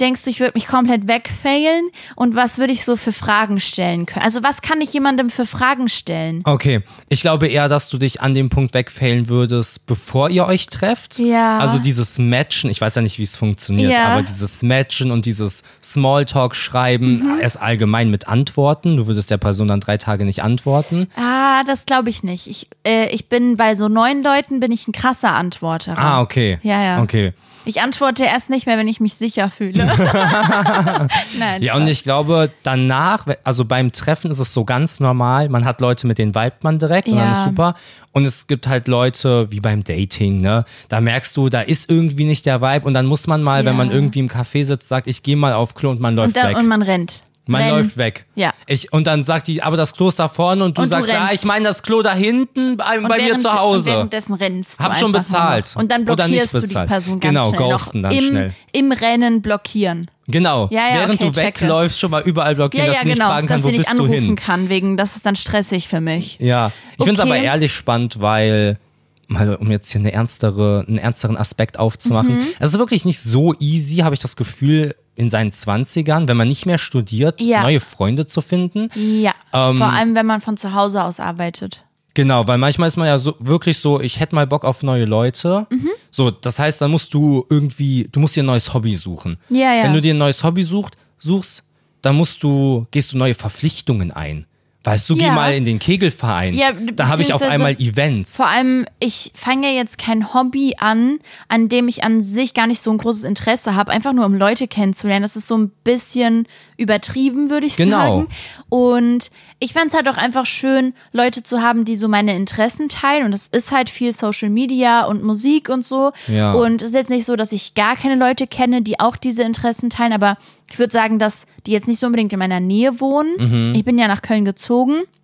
B: denkst du, ich würde mich komplett wegfailen? Und was würde ich so für Fragen stellen können? Also was kann ich jemandem für Fragen stellen?
A: Okay, ich glaube eher, dass du dich an dem Punkt wegfällen würdest, bevor ihr euch trefft.
B: Ja.
A: Also dieses Matchen, ich weiß ja nicht, wie es funktioniert,
B: Ja.
A: aber dieses Matchen und dieses
B: Mhm.
A: Smalltalk-Schreiben, erst allgemein mit Antworten. Du würdest der Person dann drei Tage nicht antworten.
B: Ah, das glaube ich nicht. Ich, äh, ich bin bei so neuen Leuten, bin ich ein krasser Antworter.
A: Ah, okay.
B: Ja, ja.
A: Okay.
B: Ich antworte erst nicht mehr, wenn ich mich sicher fühle. Nein.
A: Ja, und ich glaube, danach, we- also beim Treffen ist es so ganz normal. Man hat Leute, mit denen vibet man direkt und dann
B: Ja.
A: ist super. Und es gibt halt Leute, wie beim Dating, ne? Da merkst du, da ist irgendwie nicht der Vibe und dann muss man mal, wenn
B: Ja.
A: man irgendwie im Café sitzt, sagt, ich gehe mal auf Klo und man läuft
B: und, dann,
A: weg.
B: und man rennt.
A: man
B: Rennen.
A: läuft weg.
B: Ja.
A: Ich, und dann sagt die, aber das Klo ist da vorne und du
B: Und du
A: sagst, ah,
B: rennst.
A: ich meine das Klo da hinten bei,
B: Und
A: bei mir
B: während-
A: zu
B: Und
A: Hause.
B: währenddessen rennst du
A: Hab schon
B: einfach nur
A: bezahlt.
B: noch. Und dann
A: Oder nicht
B: blockierst du die
A: bezahlt.
B: Person ganz
A: Genau,
B: schnell.
A: ghosten
B: noch
A: dann
B: im,
A: schnell.
B: Im Rennen blockieren.
A: Genau.
B: Ja, ja,
A: Während
B: okay,
A: du
B: checke.
A: wegläufst, schon mal überall blockieren,
B: Ja,
A: dass
B: ja,
A: du nicht
B: genau,
A: fragen
B: dass
A: kann, wo
B: ich nicht
A: bist du
B: anrufen
A: hin.
B: kann, wegen, das ist dann stressig für mich.
A: Ja, ich find's
B: Okay.
A: aber ehrlich spannend, weil, mal um jetzt hier eine ernstere, einen ernsteren Aspekt aufzumachen,
B: Mhm.
A: es ist wirklich nicht so easy, habe ich das Gefühl, in seinen 20ern, wenn man nicht mehr studiert,
B: Ja.
A: neue Freunde zu finden.
B: Ja,
A: Ähm,
B: vor allem, wenn man von zu Hause aus arbeitet.
A: Genau, weil manchmal ist man ja so wirklich so, ich hätte mal Bock auf neue Leute.
B: Mhm.
A: So, das heißt, dann musst du irgendwie, du musst dir ein neues Hobby suchen.
B: Ja, ja.
A: Wenn du dir ein neues Hobby sucht, suchst, dann musst du, gehst du neue Verpflichtungen ein. Weißt du, geh
B: Ja.
A: mal in den Kegelverein.
B: Ja,
A: da habe ich auf
B: beziehungsweise-
A: einmal Events.
B: Vor allem, ich fange ja jetzt kein Hobby an, an dem ich an sich gar nicht so ein großes Interesse habe, einfach nur um Leute kennenzulernen. Das ist so ein bisschen übertrieben, würde ich
A: Genau.
B: sagen. Und ich fände es halt auch einfach schön, Leute zu haben, die so meine Interessen teilen. Und das ist halt viel Social Media und Musik und so.
A: Ja.
B: Und es ist jetzt nicht so, dass ich gar keine Leute kenne, die auch diese Interessen teilen. Aber ich würde sagen, dass die jetzt nicht so unbedingt in meiner Nähe wohnen.
A: Mhm.
B: Ich bin ja nach Köln gezogen.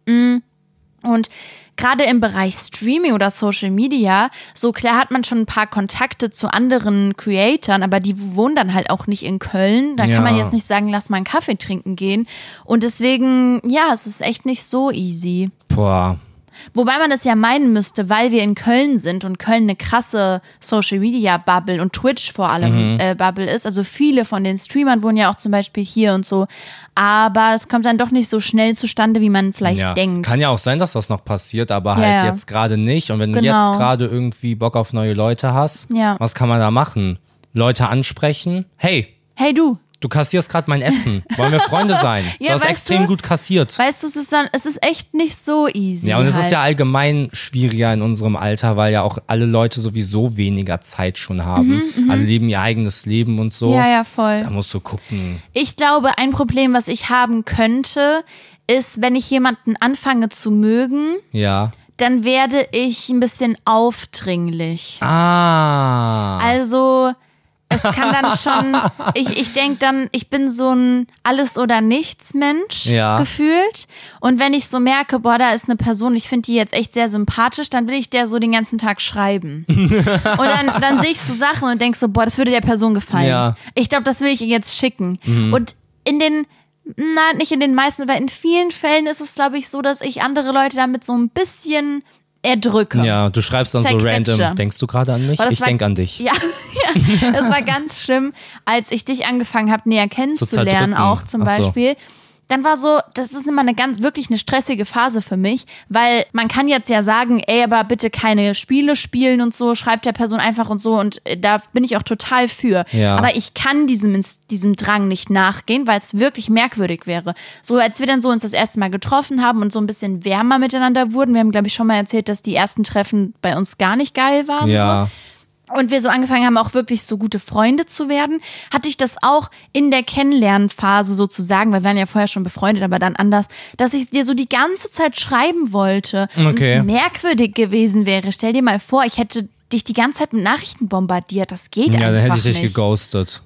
B: Und gerade im Bereich Streaming oder Social Media, so klar hat man schon ein paar Kontakte zu anderen Creatoren, aber die wohnen dann halt auch nicht in Köln. Da
A: Ja.
B: kann man jetzt nicht sagen, lass mal einen Kaffee trinken gehen. Und deswegen, ja, es ist echt nicht so easy.
A: Boah.
B: Wobei man das ja meinen müsste, weil wir in Köln sind und Köln eine krasse Social Media Bubble und Twitch vor allem
A: Mhm.
B: äh, Bubble ist. Also viele von den Streamern wohnen ja auch zum Beispiel hier und so. Aber es kommt dann doch nicht so schnell zustande, wie man vielleicht
A: Ja.
B: denkt.
A: Kann ja auch sein, dass das noch passiert, aber halt
B: Ja, ja.
A: jetzt gerade nicht. Und wenn du
B: Genau.
A: jetzt gerade irgendwie Bock auf neue Leute hast,
B: Ja.
A: was kann man da machen? Leute ansprechen? Hey,
B: hey du,
A: du kassierst gerade mein Essen. Wollen wir Freunde sein?
B: Ja,
A: du hast
B: weißt
A: extrem
B: du?
A: gut kassiert.
B: Weißt du, es ist dann, es ist echt nicht so easy.
A: Ja, und es
B: halt.
A: ist ja allgemein schwieriger in unserem Alter, weil ja auch alle Leute sowieso weniger Zeit schon haben. alle leben ihr eigenes Leben und so.
B: Mhm, Ja, ja, voll.
A: Da musst du gucken.
B: Ich glaube, ein Problem, was ich haben könnte, ist, wenn ich jemanden anfange zu mögen,
A: Ja.
B: dann werde ich ein bisschen aufdringlich.
A: Ah.
B: Also, es kann dann schon, ich, ich denke dann, ich bin so ein Alles- oder Nichts-Mensch
A: Ja.
B: gefühlt. Und wenn ich so merke, boah, da ist eine Person, ich finde die jetzt echt sehr sympathisch, dann will ich der so den ganzen Tag schreiben. und dann, dann sehe ich so Sachen und denk so, boah, das würde der Person gefallen.
A: Ja. Mhm.
B: Ich glaube, das will ich ihr jetzt schicken. Und in den na, nicht in den meisten, aber in vielen Fällen ist es, glaube ich, so, dass ich andere Leute damit so ein bisschen erdrücke.
A: Ja, du schreibst dann so
B: Zerquetsche.
A: random. Denkst du gerade an mich?
B: Weil das
A: Ich
B: war-
A: denke an dich.
B: Ja, ja, das war ganz schlimm, als ich dich angefangen habe, näher kennenzulernen,
A: zerdrücken.
B: auch zum
A: Ach so.
B: Beispiel. Dann war so, das ist immer eine ganz, wirklich eine stressige Phase für mich, weil man kann jetzt ja sagen, ey, aber bitte keine Spiele spielen und so, schreibt der Person einfach und so und äh, da bin ich auch total für.
A: Ja.
B: Aber ich kann diesem, ins- diesem Drang nicht nachgehen, weil es wirklich merkwürdig wäre. So, als wir dann so uns das erste Mal getroffen haben und so ein bisschen wärmer miteinander wurden, wir haben, glaube ich, schon mal erzählt, dass die ersten Treffen bei uns gar nicht geil waren. So
A: Ja,
B: und wir so angefangen haben, auch wirklich so gute Freunde zu werden, hatte ich das auch in der Kennenlernphase sozusagen, weil wir waren ja vorher schon befreundet, aber dann anders, dass ich dir so die ganze Zeit schreiben wollte. Und
A: Okay.
B: es merkwürdig gewesen wäre. Stell dir mal vor, ich hätte dich die ganze Zeit mit Nachrichten bombardiert. Das geht
A: ja,
B: einfach
A: dann hätte ich dich
B: nicht.
A: geghostet.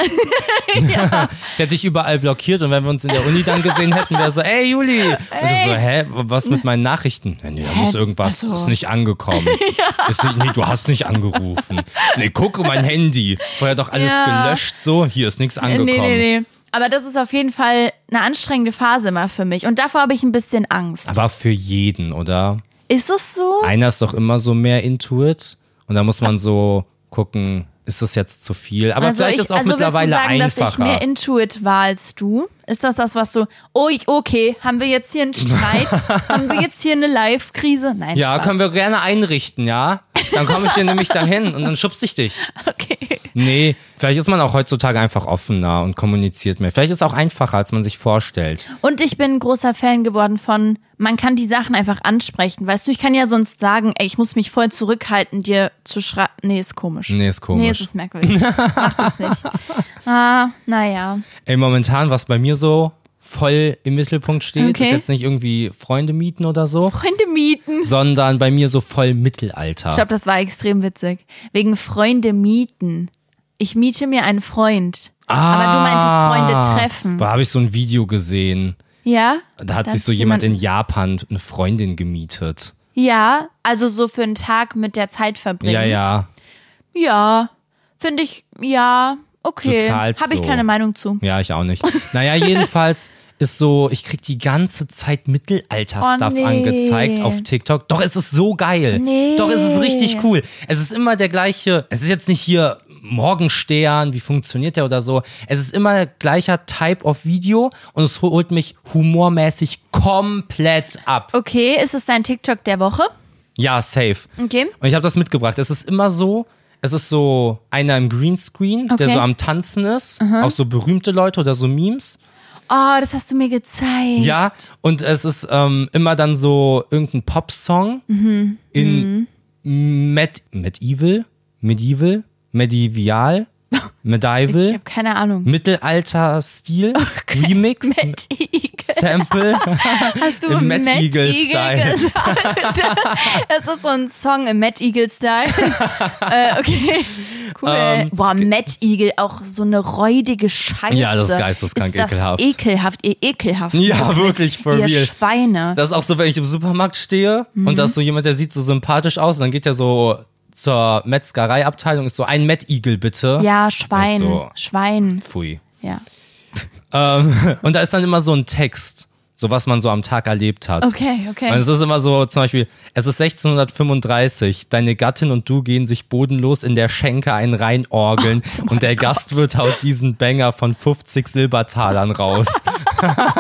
A: Der hätte dich überall blockiert und wenn wir uns in der Uni dann gesehen hätten, wäre so, ey Juli. Und du so, hä, was mit meinen Nachrichten? Ja, nee, da muss irgendwas,
B: Ach so.
A: ist nicht angekommen. ist nicht, nee, du hast nicht angerufen. Nee, guck, mein Handy. Vorher doch alles
B: Ja. Äh,
A: gelöscht, so, hier ist nichts angekommen.
B: Nee, nee, nee. Aber das ist auf jeden Fall eine anstrengende Phase immer für mich. Und davor habe ich ein bisschen Angst.
A: Aber für jeden, oder?
B: Ist es so?
A: Einer ist doch immer so mehr into it und da muss man so gucken, ist das jetzt zu viel? Aber vielleicht ist es auch
B: also
A: mittlerweile
B: willst du sagen, dass ich
A: einfacher.
B: mehr Intuit war als du? Ist das das, was du, oh, ich- okay, haben wir jetzt hier einen Streit? haben wir jetzt hier eine Live-Krise? Nein,
A: Ja,
B: Spaß.
A: können wir gerne einrichten, ja? Dann komme ich dir nämlich dahin und dann schubst ich dich.
B: Okay.
A: Nee, vielleicht ist man auch heutzutage einfach offener und kommuniziert mehr. Vielleicht ist es auch einfacher, als man sich vorstellt.
B: Und ich bin ein großer Fan geworden von, man kann die Sachen einfach ansprechen. Weißt du, ich kann ja sonst sagen, ey, ich muss mich voll zurückhalten, dir zu schreiben. Nee, ist komisch.
A: Nee, ist
B: Nee,
A: komisch.
B: es ist merkwürdig. Mach das nicht. Ah, naja.
A: Ey, momentan, was bei mir so voll im Mittelpunkt steht,
B: Okay.
A: ist jetzt nicht irgendwie Freunde mieten oder so,
B: Freunde mieten.
A: sondern bei mir so voll Mittelalter.
B: Ich glaube, das war extrem witzig. Wegen Freunde mieten. Ich miete mir einen Freund. Aber du
A: Ah.
B: meintest Freunde treffen.
A: Da habe ich so ein Video gesehen.
B: Ja?
A: Da hat
B: Da
A: sich
B: ist
A: so jemand in
B: jemand-
A: Japan eine Freundin gemietet.
B: Ja, also so für einen Tag mit der Zeit verbringen.
A: Ja, ja.
B: Ja, finde ich, ja,
A: Du
B: okay.
A: zahlst
B: Habe ich
A: so.
B: keine Meinung zu.
A: Ja, ich auch nicht. Naja, jedenfalls ist so, ich krieg die ganze Zeit Mittelalter-Stuff
B: Oh, nee.
A: angezeigt auf TikTok. Doch, es ist so geil.
B: Nee.
A: Doch, es ist richtig cool. Es ist immer der gleiche, es ist jetzt nicht hier Morgenstern, wie funktioniert der oder so. Es ist immer gleicher Type of Video und es holt mich humormäßig komplett ab.
B: Okay, ist es dein TikTok der Woche?
A: Ja, safe.
B: Okay.
A: Und ich habe das mitgebracht. Es ist immer so, es ist so einer im Greenscreen, der
B: Okay.
A: so am Tanzen ist. Auch so berühmte Leute oder so Memes.
B: Oh, das hast du mir gezeigt.
A: Ja, und es ist ähm, immer dann so irgendein Popsong in Med Medieval, Medieval, Medieval,
B: Ich
A: Medieval,
B: habe keine Ahnung.
A: Hm? Mittelalter-Stil, Remix,
B: Matt Eagle.
A: Sample,
B: Hast du
A: im Matt
B: Matt
A: Eagle
B: Eagle
A: Style.
B: gesagt? Es ist so ein Song im Matt Eagle Style. äh, okay. Cool.
A: Ähm,
B: Boah, Matt Eagle, auch so eine räudige Scheiße.
A: Ja, das ist geisteskrank
B: ist das
A: ekelhaft.
B: Ekelhaft, ihr ekelhaft.
A: Ja, wirklich, for
B: ihr
A: real.
B: Schweine.
A: Das ist auch so, wenn ich im Supermarkt stehe
B: Mhm.
A: und da ist so jemand, der sieht so sympathisch aus und dann geht er so zur Metzgereiabteilung, ist so ein Mettigel bitte.
B: ja, Schwein.
A: Das ist so-
B: Schwein.
A: Pfui.
B: Ja.
A: Ähm, und da ist dann immer so ein Text, so was man so am Tag erlebt hat.
B: Okay, okay.
A: Und es ist immer so, zum Beispiel, es ist 1635, deine Gattin und du gehen sich bodenlos in der Schenke einen reinorgeln
B: Oh
A: und der Gastwirt haut diesen Banger von 50 Silbertalern raus.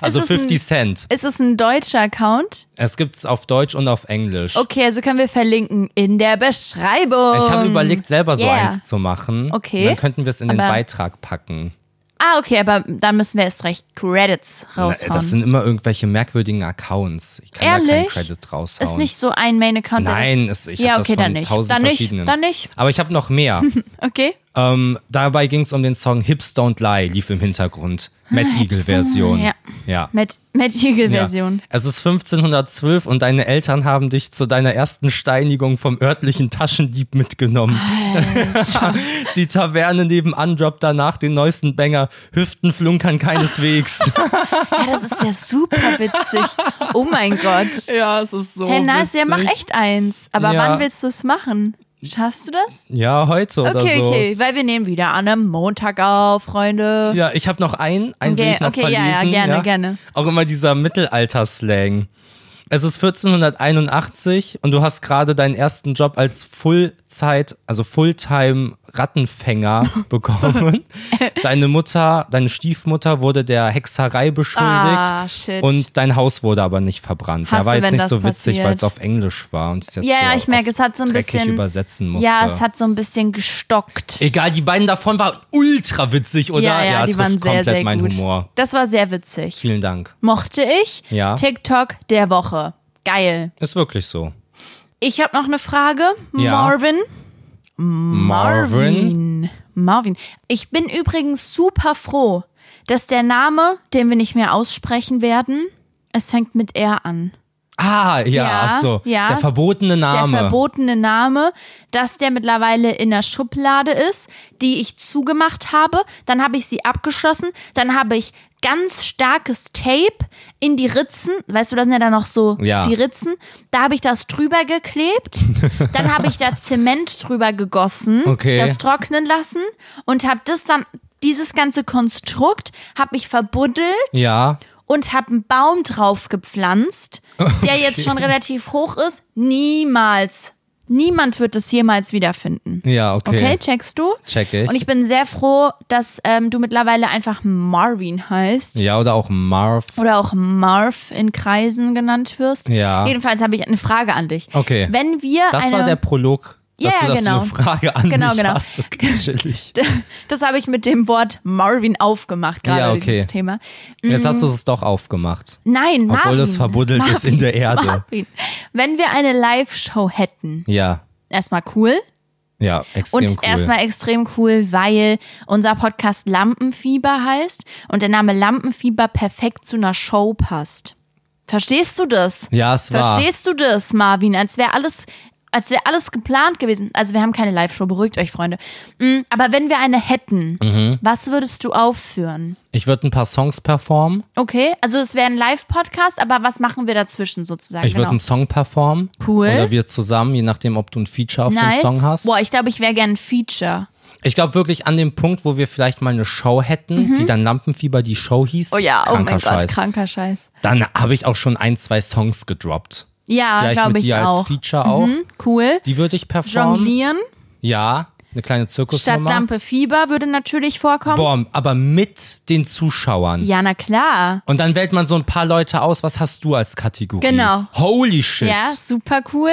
A: also
B: Es ist ein-
A: 50 Cent.
B: Ist es ein deutscher Account?
A: Es gibt's auf Deutsch und auf Englisch.
B: Okay, also können wir verlinken in der Beschreibung.
A: Ich habe überlegt, selber so
B: yeah.
A: eins zu machen.
B: Okay.
A: Und dann könnten wir es in den
B: Aber-
A: Beitrag packen.
B: Ah, okay, aber dann müssen wir erst recht Credits
A: Na,
B: raushauen.
A: Das sind immer irgendwelche merkwürdigen Accounts. Ich kann da keinen
B: Ehrlich?
A: Credit raushauen.
B: Ist nicht so ein Main-Account. der
A: Nein,
B: das-
A: es, ich
B: ja,
A: habe
B: okay,
A: das von
B: dann nicht.
A: tausend
B: dann
A: verschiedenen.
B: Nicht, dann nicht.
A: Aber ich habe noch mehr.
B: Okay.
A: ähm, dabei ging's um den Song Hips Don't Lie, lief im Hintergrund. Matt Eagle-Version.
B: Ja.
A: ja.
B: Matt, Matt
A: Ja.
B: Eagle-Version.
A: Es ist 1512 und deine Eltern haben dich zu deiner ersten Steinigung vom örtlichen Taschendieb mitgenommen. Die Taverne nebenan droppt danach den neuesten Banger. Hüften flunkern keineswegs.
B: Ja. das ist ja super witzig. Oh mein Gott.
A: ja, es ist so.
B: Hey, nice, ja, mach echt eins. Aber
A: Ja.
B: wann willst du es machen? Schaffst du das?
A: Ja, heute oder
B: Okay,
A: so.
B: okay, weil wir nehmen wieder an einem Montag auf, Freunde.
A: Ja, ich habe noch einen, einen will
B: Okay,
A: ich noch
B: okay, ja,
A: verlesen.
B: ja, gerne, gerne.
A: Auch immer dieser Mittelalter-Slang. Es ist 1481 und du hast gerade deinen ersten Job als Fullzeit, also Fulltime Rattenfänger bekommen. Deine Mutter, deine Stiefmutter wurde der Hexerei beschuldigt
B: Ah, shit.
A: und dein Haus wurde aber nicht verbrannt. ja,
B: Hasse,
A: war jetzt
B: wenn
A: nicht
B: das
A: so witzig,
B: passiert.
A: weil es auf Englisch war und es jetzt
B: Ja,
A: so
B: ja, ich merke,
A: auf
B: es hat so ein
A: dreckig
B: bisschen-
A: übersetzen musste.
B: Ja, es hat so ein bisschen gestockt.
A: Egal, die beiden davon waren ultra witzig, oder?
B: ja, ja, die
A: trifft
B: waren sehr,
A: komplett
B: sehr
A: meinen
B: gut.
A: Humor.
B: Das war sehr witzig.
A: Vielen Dank.
B: Mochte ich.
A: Ja.
B: TikTok der Woche. Geil.
A: Ist wirklich so.
B: Ich habe noch eine Frage.
A: Ja.
B: Marvin.
A: Marvin.
B: Marvin. Ich bin übrigens super froh, dass der Name, den wir nicht mehr aussprechen werden, es fängt mit R an.
A: Ah, ja,
B: Ja,
A: ach so.
B: ja.
A: Der verbotene Name.
B: Der verbotene Name, dass der mittlerweile in der Schublade ist, die ich zugemacht habe. Dann habe ich sie abgeschlossen. Dann habe ich ganz starkes Tape in die Ritzen. Weißt du, da sind ja dann noch so
A: Ja.
B: die Ritzen. Da habe ich das drüber geklebt. dann habe ich da Zement drüber gegossen,
A: Okay.
B: das trocknen lassen und habe das dann, dieses ganze Konstrukt, habe ich verbuddelt
A: ja.
B: und habe einen Baum drauf gepflanzt, der jetzt schon relativ hoch ist. Niemals. Niemand wird es jemals wiederfinden.
A: Ja, okay.
B: Okay, checkst du?
A: Check ich.
B: Und ich bin sehr froh, dass ähm, du mittlerweile einfach Marvin heißt.
A: Ja, oder auch Marv.
B: Oder auch Marv in Kreisen genannt wirst.
A: Ja.
B: Jedenfalls habe ich eine Frage an dich.
A: Okay.
B: Wenn wir
A: Das
B: eine,
A: war der Prolog
B: Ja,
A: dazu,
B: ja,
A: dass
B: genau.
A: du eine Frage an
B: Genau,
A: mich
B: genau.
A: hast. Okay, chillig.
B: das habe ich mit dem Wort Marvin aufgemacht, gerade
A: Ja, okay.
B: dieses Thema.
A: Jetzt hast du es doch aufgemacht.
B: Nein, Mhm. Marvin.
A: Obwohl es verbuddelt also. ist in der Erde.
B: Marvin. Wenn wir eine Live-Show hätten,
A: Ja.
B: erstmal cool
A: Ja, extrem
B: und
A: cool.
B: erstmal extrem cool, weil unser Podcast Lampenfieber heißt und der Name Lampenfieber perfekt zu einer Show passt. Verstehst du das?
A: ja, es war.
B: Verstehst du das, Marvin? Als wäre alles, als wäre alles geplant gewesen. Also wir haben keine Live-Show, beruhigt euch, Freunde. Mm, Aber wenn wir eine hätten,
A: Mhm.
B: was würdest du aufführen?
A: Ich würde ein paar Songs performen.
B: Okay, also es wäre ein Live-Podcast, aber was machen wir dazwischen sozusagen? Genau.
A: Ich würde einen Song performen.
B: Cool.
A: Oder wir zusammen, je nachdem, ob du ein Feature auf
B: nice.
A: dem Song hast.
B: Boah, ich glaube, ich wäre gern ein Feature.
A: Ich glaube wirklich an dem Punkt, wo wir vielleicht mal eine Show hätten, die dann Lampenfieber die Show hieß.
B: Mhm. Oh ja, oh
A: kranker
B: mein Gott,
A: Scheiß.
B: kranker Scheiß.
A: Dann habe ich auch schon ein, zwei Songs gedroppt.
B: Ja,
A: vielleicht
B: glaube
A: mit
B: ich
A: dir
B: auch.
A: als Feature auch.
B: Hm, cool.
A: Die würde ich performen.
B: Jonglieren
A: Ja, eine kleine
B: statt
A: Zirkusnummer.
B: Lampe Fieber würde natürlich vorkommen.
A: Boah, aber mit den Zuschauern.
B: Ja, na klar.
A: Und dann wählt man so ein paar Leute aus. Was hast du als Kategorie?
B: Genau.
A: Holy shit.
B: Ja, super cool.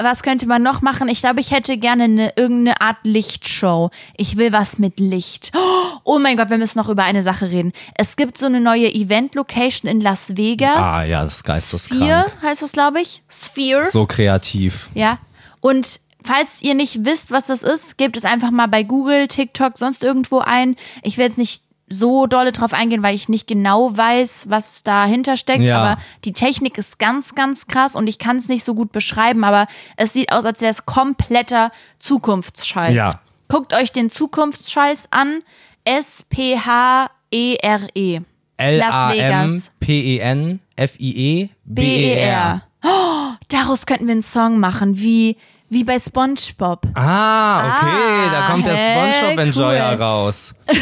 B: Was könnte man noch machen? Ich glaube, ich hätte gerne eine, irgendeine Art Lichtshow. Ich will was mit Licht. Oh mein Gott, wir müssen noch über eine Sache reden. Es gibt so eine neue Event-Location in Las Vegas.
A: Ah ja, das Geist ist
B: Sphere
A: krank.
B: heißt das, glaube ich. Sphere.
A: So kreativ.
B: Ja. Und falls ihr nicht wisst, was das ist, gebt es einfach mal bei Google, TikTok, sonst irgendwo ein. Ich will jetzt nicht so dolle drauf eingehen, weil ich nicht genau weiß, was dahinter steckt,
A: Ja.
B: aber die Technik ist ganz, ganz krass und ich kann es nicht so gut beschreiben, aber es sieht aus, als wäre es kompletter Zukunftsscheiß.
A: Ja.
B: Guckt euch den Zukunftsscheiß an. E S-P-H-E-R-E. Las Vegas.
A: E
B: E
A: L-A-M-P-E-N-F-I-E-B-E-R.
B: Oh, Daraus könnten wir einen Song machen, wie, wie bei SpongeBob.
A: Ah, okay, da kommt der
B: hey,
A: Spongebob-Enjoyer
B: cool.
A: raus.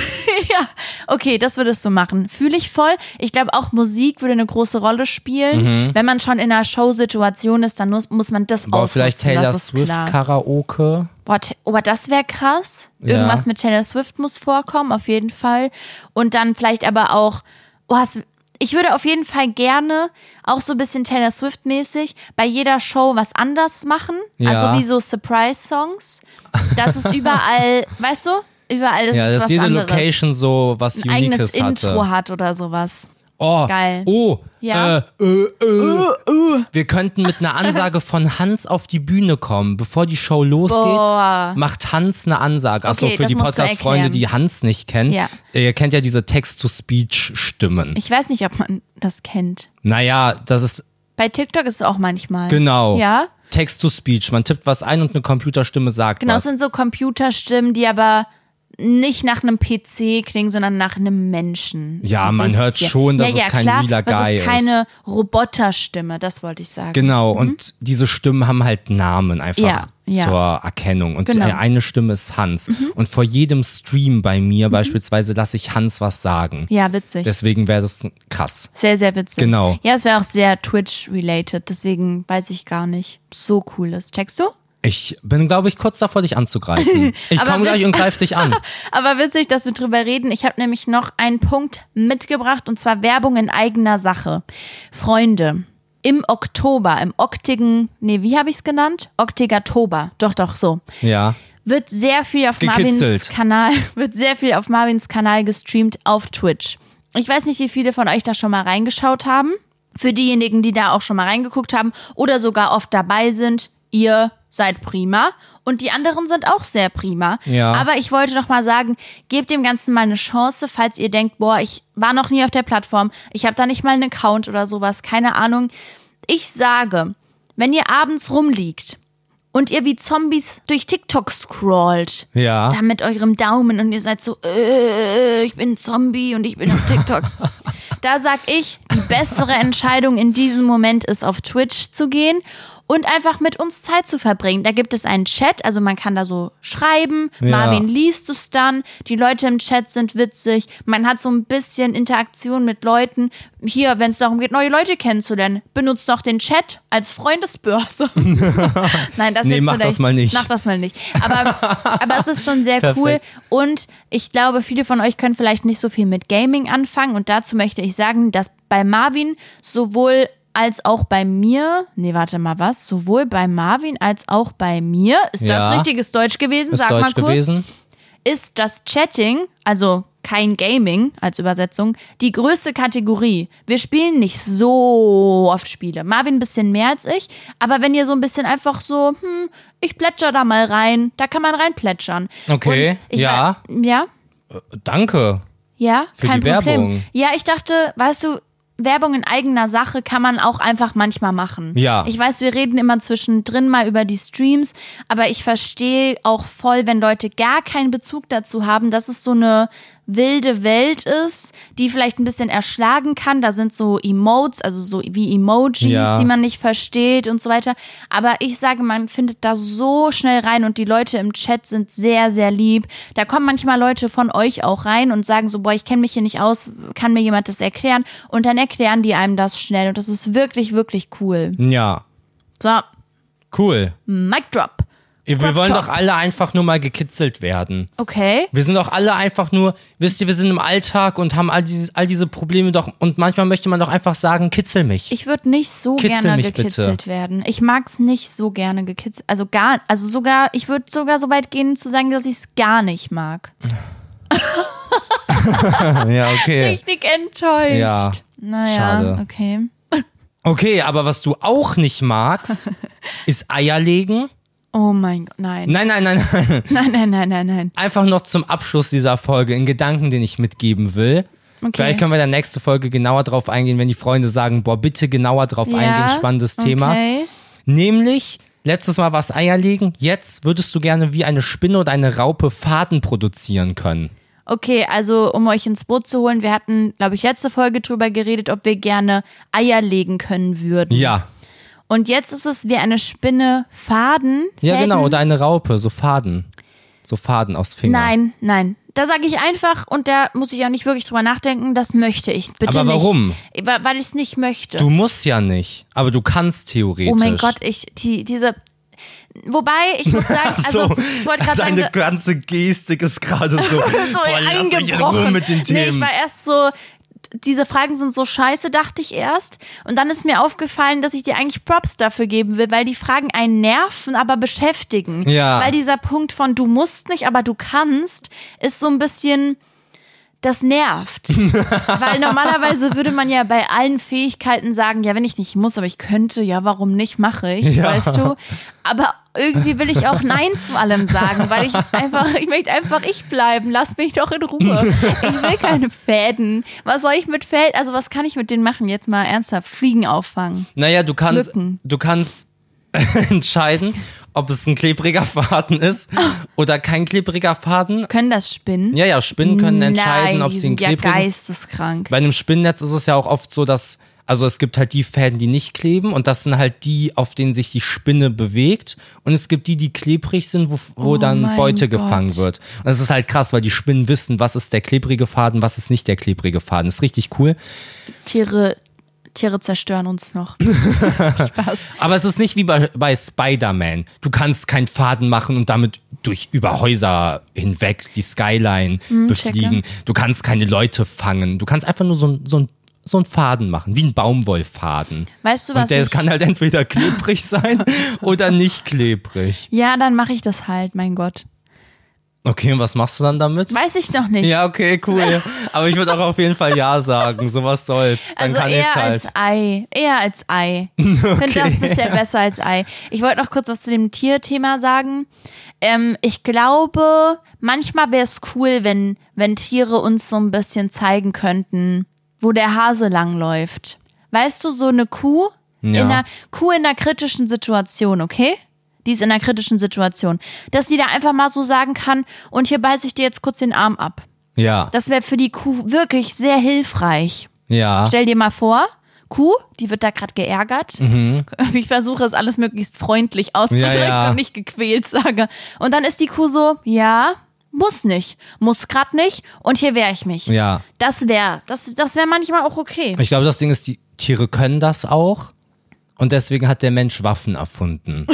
B: Okay, das würdest du machen. Fühle ich voll. Ich glaube, auch Musik würde eine große Rolle spielen. Wenn man schon in einer Show-Situation ist, dann muss, muss man das
A: Mhm. Boah,
B: ausnutzen.
A: vielleicht Taylor
B: das ist klar.
A: Swift-Karaoke.
B: Boah, Ta- oh, das wäre krass. Irgendwas mit Taylor Swift muss vorkommen, auf jeden Fall. Und dann vielleicht aber auch, oh, hast, ich würde auf jeden Fall gerne, auch so ein bisschen Taylor Swift-mäßig, bei jeder Show was anders machen.
A: Ja.
B: Also wie so Surprise-Songs. Das ist überall, weißt du? Überall ist
A: Ja,
B: es
A: dass
B: was
A: jede
B: anderes.
A: Location so was
B: ein eigenes
A: Uniques
B: Intro
A: hatte.
B: hat oder sowas.
A: Oh,
B: Geil.
A: oh,
B: Ja. Uh,
A: äh, äh, äh. wir könnten mit einer Ansage von Hans auf die Bühne kommen. Bevor die Show losgeht,
B: Boah.
A: macht Hans eine Ansage. Achso,
B: Okay,
A: für
B: das
A: die
B: musst du
A: Podcast-Freunde,
B: erklären.
A: die Hans nicht kennen.
B: Ja.
A: Ihr kennt ja diese Text-to-Speech-Stimmen.
B: Ich weiß nicht, ob man das kennt.
A: Naja, das ist
B: Bei TikTok ist es auch manchmal.
A: Genau.
B: Ja?
A: Text-to-Speech. Man tippt was ein und eine Computerstimme sagt
B: Genau, es
A: was.
B: sind so Computerstimmen, die aber nicht nach einem PC klingen, sondern nach einem Menschen.
A: Ja,
B: So ein
A: man hört
B: bisschen.
A: schon, dass
B: ja,
A: es
B: ja,
A: kein
B: klar,
A: realer
B: dass
A: Guy
B: es
A: ist.
B: keine Roboterstimme, das wollte ich sagen.
A: Genau. Und diese Stimmen haben halt Namen einfach.
B: Mhm. Ja, Ja.
A: zur Erkennung. Und
B: Genau. Mhm.
A: äh, eine Stimme ist Hans. Und vor jedem Stream bei mir beispielsweise lasse ich Hans was sagen.
B: Ja, witzig.
A: Deswegen wäre das krass.
B: sehr, sehr witzig.
A: Genau.
B: Ja, es wäre auch sehr Twitch-related, deswegen weiß ich gar nicht. So cool ist. Checkst du?
A: Ich bin, glaube ich, kurz davor, dich anzugreifen. Ich
B: Aber
A: komme
B: wir-
A: gleich und greife dich an.
B: Aber witzig, dass wir drüber reden. Ich habe nämlich noch einen Punkt mitgebracht und zwar Werbung in eigener Sache. Freunde, im Oktober, im Oktigen, nee, wie habe ich es genannt? Oktigatober. Doch, doch, so.
A: Ja.
B: wird sehr viel auf
A: Gekitzelt.
B: Marvins Kanal, wird sehr viel auf Marvins Kanal gestreamt auf Twitch. Ich weiß nicht, wie viele von euch da schon mal reingeschaut haben. Für diejenigen, die da auch schon mal reingeguckt haben oder sogar oft dabei sind, ihr seid prima und die anderen sind auch sehr prima.
A: Ja.
B: Aber ich wollte noch mal sagen, gebt dem Ganzen mal eine Chance, falls ihr denkt, boah, ich war noch nie auf der Plattform, ich habe da nicht mal einen Account oder sowas, keine Ahnung. Ich sage, wenn ihr abends rumliegt und ihr wie Zombies durch TikTok scrollt.
A: Ja.
B: Da mit eurem Daumen und ihr seid so, äh, ich bin ein Zombie und ich bin auf TikTok. da sag ich, die bessere Entscheidung in diesem Moment ist, auf Twitch zu gehen und einfach mit uns Zeit zu verbringen. Da gibt es einen Chat, also man kann da so schreiben, Marvin liest es dann, die Leute im Chat sind witzig, man hat so ein bisschen Interaktion mit Leuten. Hier, wenn es darum geht, neue Leute kennenzulernen, benutzt doch den Chat als Freundesbörse. Nein, das
A: Nee,
B: jetzt
A: mach das
B: vielleicht-
A: mal nicht.
B: Mach das mal nicht. Aber, aber es ist schon sehr cool.
A: Perfekt.
B: Und ich glaube, viele von euch können vielleicht nicht so viel mit Gaming anfangen. Und dazu möchte ich sagen, dass bei Marvin sowohl als auch bei mir, nee, warte mal, was? Sowohl bei Marvin als auch bei mir, ist
A: Ja.
B: das richtiges Deutsch gewesen?
A: Ist
B: Sag mal
A: deutsch
B: kurz
A: gewesen.
B: ist das Chatting, also kein Gaming als Übersetzung, die größte Kategorie. Wir spielen nicht so oft Spiele. Marvin ein bisschen mehr als ich, aber wenn ihr so ein bisschen einfach so, hm, ich plätscher da mal rein, da kann man rein plätschern.
A: Okay,
B: Und ich
A: ja.
B: wa- Ja?
A: Danke.
B: Ja,
A: Für
B: kein
A: die
B: Problem.
A: Werbung.
B: Ja, ich dachte, weißt du, Werbung in eigener Sache kann man auch einfach manchmal machen.
A: Ja.
B: Ich weiß, wir reden immer zwischendrin mal über die Streams, aber ich verstehe auch voll, wenn Leute gar keinen Bezug dazu haben, dass es so eine wilde Welt ist, die vielleicht ein bisschen erschlagen kann. Da sind so Emotes, also so wie Emojis,
A: Ja.
B: die man nicht versteht und so weiter. Aber ich sage, man findet da so schnell rein und die Leute im Chat sind sehr, sehr lieb. Da kommen manchmal Leute von euch auch rein und sagen so, boah, ich kenne mich hier nicht aus, kann mir jemand das erklären? Und dann erklären die einem das schnell und das ist wirklich, wirklich cool.
A: Ja.
B: So,
A: Cool.
B: Mic Drop.
A: Wir
B: Crop
A: wollen
B: Top.
A: doch alle einfach nur mal gekitzelt werden.
B: Okay.
A: Wir sind doch alle einfach nur, wisst ihr, wir sind im Alltag und haben all diese, all diese Probleme doch. Und manchmal möchte man doch einfach sagen, kitzel mich.
B: Ich würde nicht so
A: Kitzel
B: gerne
A: mich bitte.
B: gekitzelt werden. Ich mag's nicht so gerne gekitzelt. Also gar, also sogar, ich würde sogar so weit gehen zu sagen, dass ich's gar nicht mag.
A: ja, okay.
B: Richtig enttäuscht.
A: Ja,
B: Naja,
A: schade.
B: okay.
A: Okay, aber was du auch nicht magst, ist Eier legen.
B: Oh mein Gott, nein.
A: Nein, nein, nein, nein.
B: Nein, nein, nein, nein, nein.
A: Einfach noch zum Abschluss dieser Folge in Gedanken, den ich mitgeben will.
B: Okay.
A: Vielleicht können wir in der nächsten Folge genauer drauf eingehen, wenn die Freunde sagen, boah, bitte genauer drauf eingehen, spannendes Thema.
B: Okay.
A: Nämlich, letztes Mal war es Eierlegen, jetzt würdest du gerne wie eine Spinne oder eine Raupe Faden produzieren können.
B: okay, also um euch ins Boot zu holen, wir hatten, glaube ich, letzte Folge drüber geredet, ob wir gerne Eier legen können würden.
A: Ja.
B: Und jetzt ist es wie eine Spinne Faden.
A: Ja,
B: Fäden.
A: genau, oder eine Raupe, so Faden. So Faden aus Fingern.
B: Nein, nein. Da sage ich einfach und da muss ich auch nicht wirklich drüber nachdenken, das möchte ich. Bitte
A: Aber
B: nicht.
A: warum?
B: Wa- Weil ich es nicht möchte.
A: Du musst ja nicht, aber du kannst theoretisch.
B: oh mein Gott, ich, die, diese. Wobei, ich muss sagen, also ich wollte gerade sagen,
A: deine ganze Gestik ist gerade so,
B: so
A: boah, lass mich in Ruhe
B: eingebrochen.
A: mit den
B: Nee, ich
A: Themen.
B: war erst so, diese Fragen sind so scheiße, dachte ich erst. Und dann ist mir aufgefallen, dass ich dir eigentlich Props dafür geben will, weil die Fragen einen nerven, aber beschäftigen.
A: Ja.
B: Weil dieser Punkt von du musst nicht, aber du kannst, ist so ein bisschen. Das nervt. Weil normalerweise würde man ja bei allen Fähigkeiten sagen, ja, wenn ich nicht muss, aber ich könnte, ja, warum nicht, mache ich,
A: Ja.
B: weißt du? Aber irgendwie will ich auch Nein zu allem sagen, weil ich einfach, ich möchte einfach ich bleiben, lass mich doch in Ruhe. Ich will keine Fäden. Was soll ich mit Fäden, also was kann ich mit denen machen? Jetzt mal ernsthaft, Fliegen auffangen.
A: Naja, du kannst,
B: Mücken.
A: du kannst entscheiden, ob es ein klebriger Faden ist oder kein klebriger Faden.
B: Können das Spinnen?
A: Ja, ja, Spinnen können entscheiden,
B: Nein,
A: ob
B: die
A: sie einen
B: sind ja
A: klebrigen
B: geisteskrank.
A: Bei einem Spinnennetz ist es ja auch oft so, dass Also es gibt halt die Fäden, die nicht kleben und das sind halt die, auf denen sich die Spinne bewegt. Und es gibt die, die klebrig sind, wo, wo
B: Oh
A: dann
B: mein
A: Beute
B: Gott.
A: gefangen wird. Und das ist halt krass, weil die Spinnen wissen, was ist der klebrige Faden, was ist nicht der klebrige Faden. ist richtig cool.
B: Tiere, Tiere zerstören uns noch. Spaß.
A: Aber es ist nicht wie bei, bei Spider-Man. Du kannst keinen Faden machen und damit durch über Häuser hinweg die Skyline
B: Hm,
A: befliegen. Du kannst keine Leute fangen. Du kannst einfach nur so, ein- so, ein- so einen Faden machen, wie ein Baumwollfaden.
B: Weißt du, was
A: Und der
B: ich-
A: kann halt entweder klebrig sein oder nicht klebrig.
B: Ja, dann mache ich das halt, mein Gott.
A: Okay, und was machst du dann damit?
B: Weiß ich noch nicht.
A: Ja, okay, cool. Aber ich würde auch auf jeden Fall Ja sagen. Sowas soll's. Dann
B: also
A: kann ich
B: eher
A: halt.
B: als Ei. Eher als Ei. Ich finde das bisher besser als Ei. Ich wollte noch kurz was zu dem Tierthema sagen. Ähm, ich glaube, manchmal wäre es cool, wenn, wenn Tiere uns so ein bisschen zeigen könnten, wo der Hase langläuft. Weißt du, so eine Kuh?
A: Ja.
B: In einer Kuh in einer kritischen Situation, okay? Die ist in einer kritischen Situation. Dass die da einfach mal so sagen kann, und hier beiße ich dir jetzt kurz den Arm ab.
A: ja,
B: Das wäre für die Kuh wirklich sehr hilfreich.
A: ja.
B: Stell dir mal vor, Kuh, die wird da gerade geärgert. Ich versuche es alles möglichst freundlich auszudrücken
A: Mhm. Ja, ja.
B: und nicht gequält sage. Und dann ist die Kuh so, ja, muss nicht, muss grad nicht und hier wehre ich mich.
A: Ja.
B: Das wäre, das, das wäre manchmal auch okay.
A: Ich glaube, das Ding ist, die Tiere können das auch. Und deswegen hat der Mensch Waffen erfunden.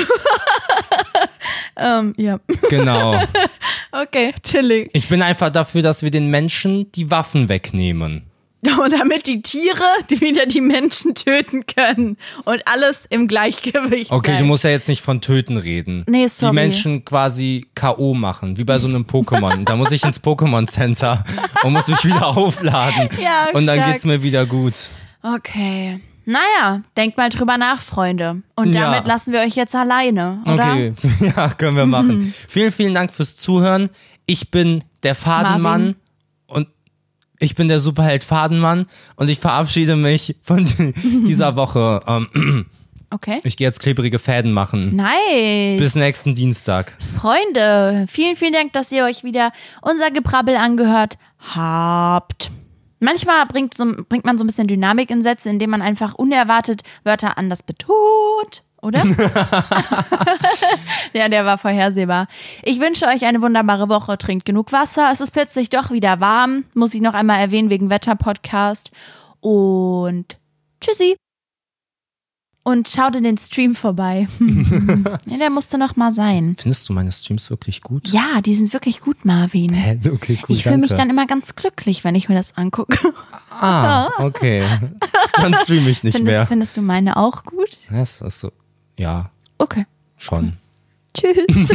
B: ja.
A: Genau.
B: Okay, chillig.
A: Ich bin einfach dafür, dass wir den Menschen die Waffen wegnehmen.
B: Und damit die Tiere die wieder die Menschen töten können und alles im Gleichgewicht
A: Okay, du
B: bleibt.
A: musst ja jetzt nicht von Töten reden.
B: Nee, sorry.
A: Die Menschen quasi K.O. machen, wie bei so einem Pokémon. da muss ich ins Pokémon Center und muss mich wieder aufladen.
B: Ja,
A: und dann
B: stark.
A: geht's mir wieder gut.
B: Okay. Naja, denkt mal drüber nach, Freunde. Und
A: Ja.
B: damit lassen wir euch jetzt alleine, oder? Mhm.
A: Okay, ja, können wir machen. Vielen, vielen Dank fürs Zuhören. Ich bin der Fadenmann
B: Marvin.
A: und ich bin der Superheld Fadenmann und ich verabschiede mich von di- dieser Woche. Ähm,
B: Okay.
A: ich gehe jetzt klebrige Fäden machen.
B: Nice.
A: Bis nächsten Dienstag.
B: Freunde, vielen, vielen Dank, dass ihr euch wieder unser Gebrabbel angehört habt. Manchmal bringt, so, bringt man so ein bisschen Dynamik in Sätze, indem man einfach unerwartet Wörter anders betont, oder? ja, der war vorhersehbar. Ich wünsche euch eine wunderbare Woche. Trinkt genug Wasser. Es ist plötzlich doch wieder warm. Muss ich noch einmal erwähnen wegen Wetterpodcast. Und tschüssi. Und schaut in den Stream vorbei. ja, der musste noch mal sein.
A: Findest du meine Streams wirklich gut?
B: Ja, die sind wirklich gut, Marvin.
A: Hä? Okay, cool.
B: ich fühle mich dann
A: danke.
B: immer ganz glücklich, wenn ich mir das angucke.
A: Ah, okay. Dann streame ich nicht
B: Findest,
A: mehr.
B: findest du meine auch gut?
A: Das ist so. Ja,
B: Okay.
A: schon.
B: Tschüss.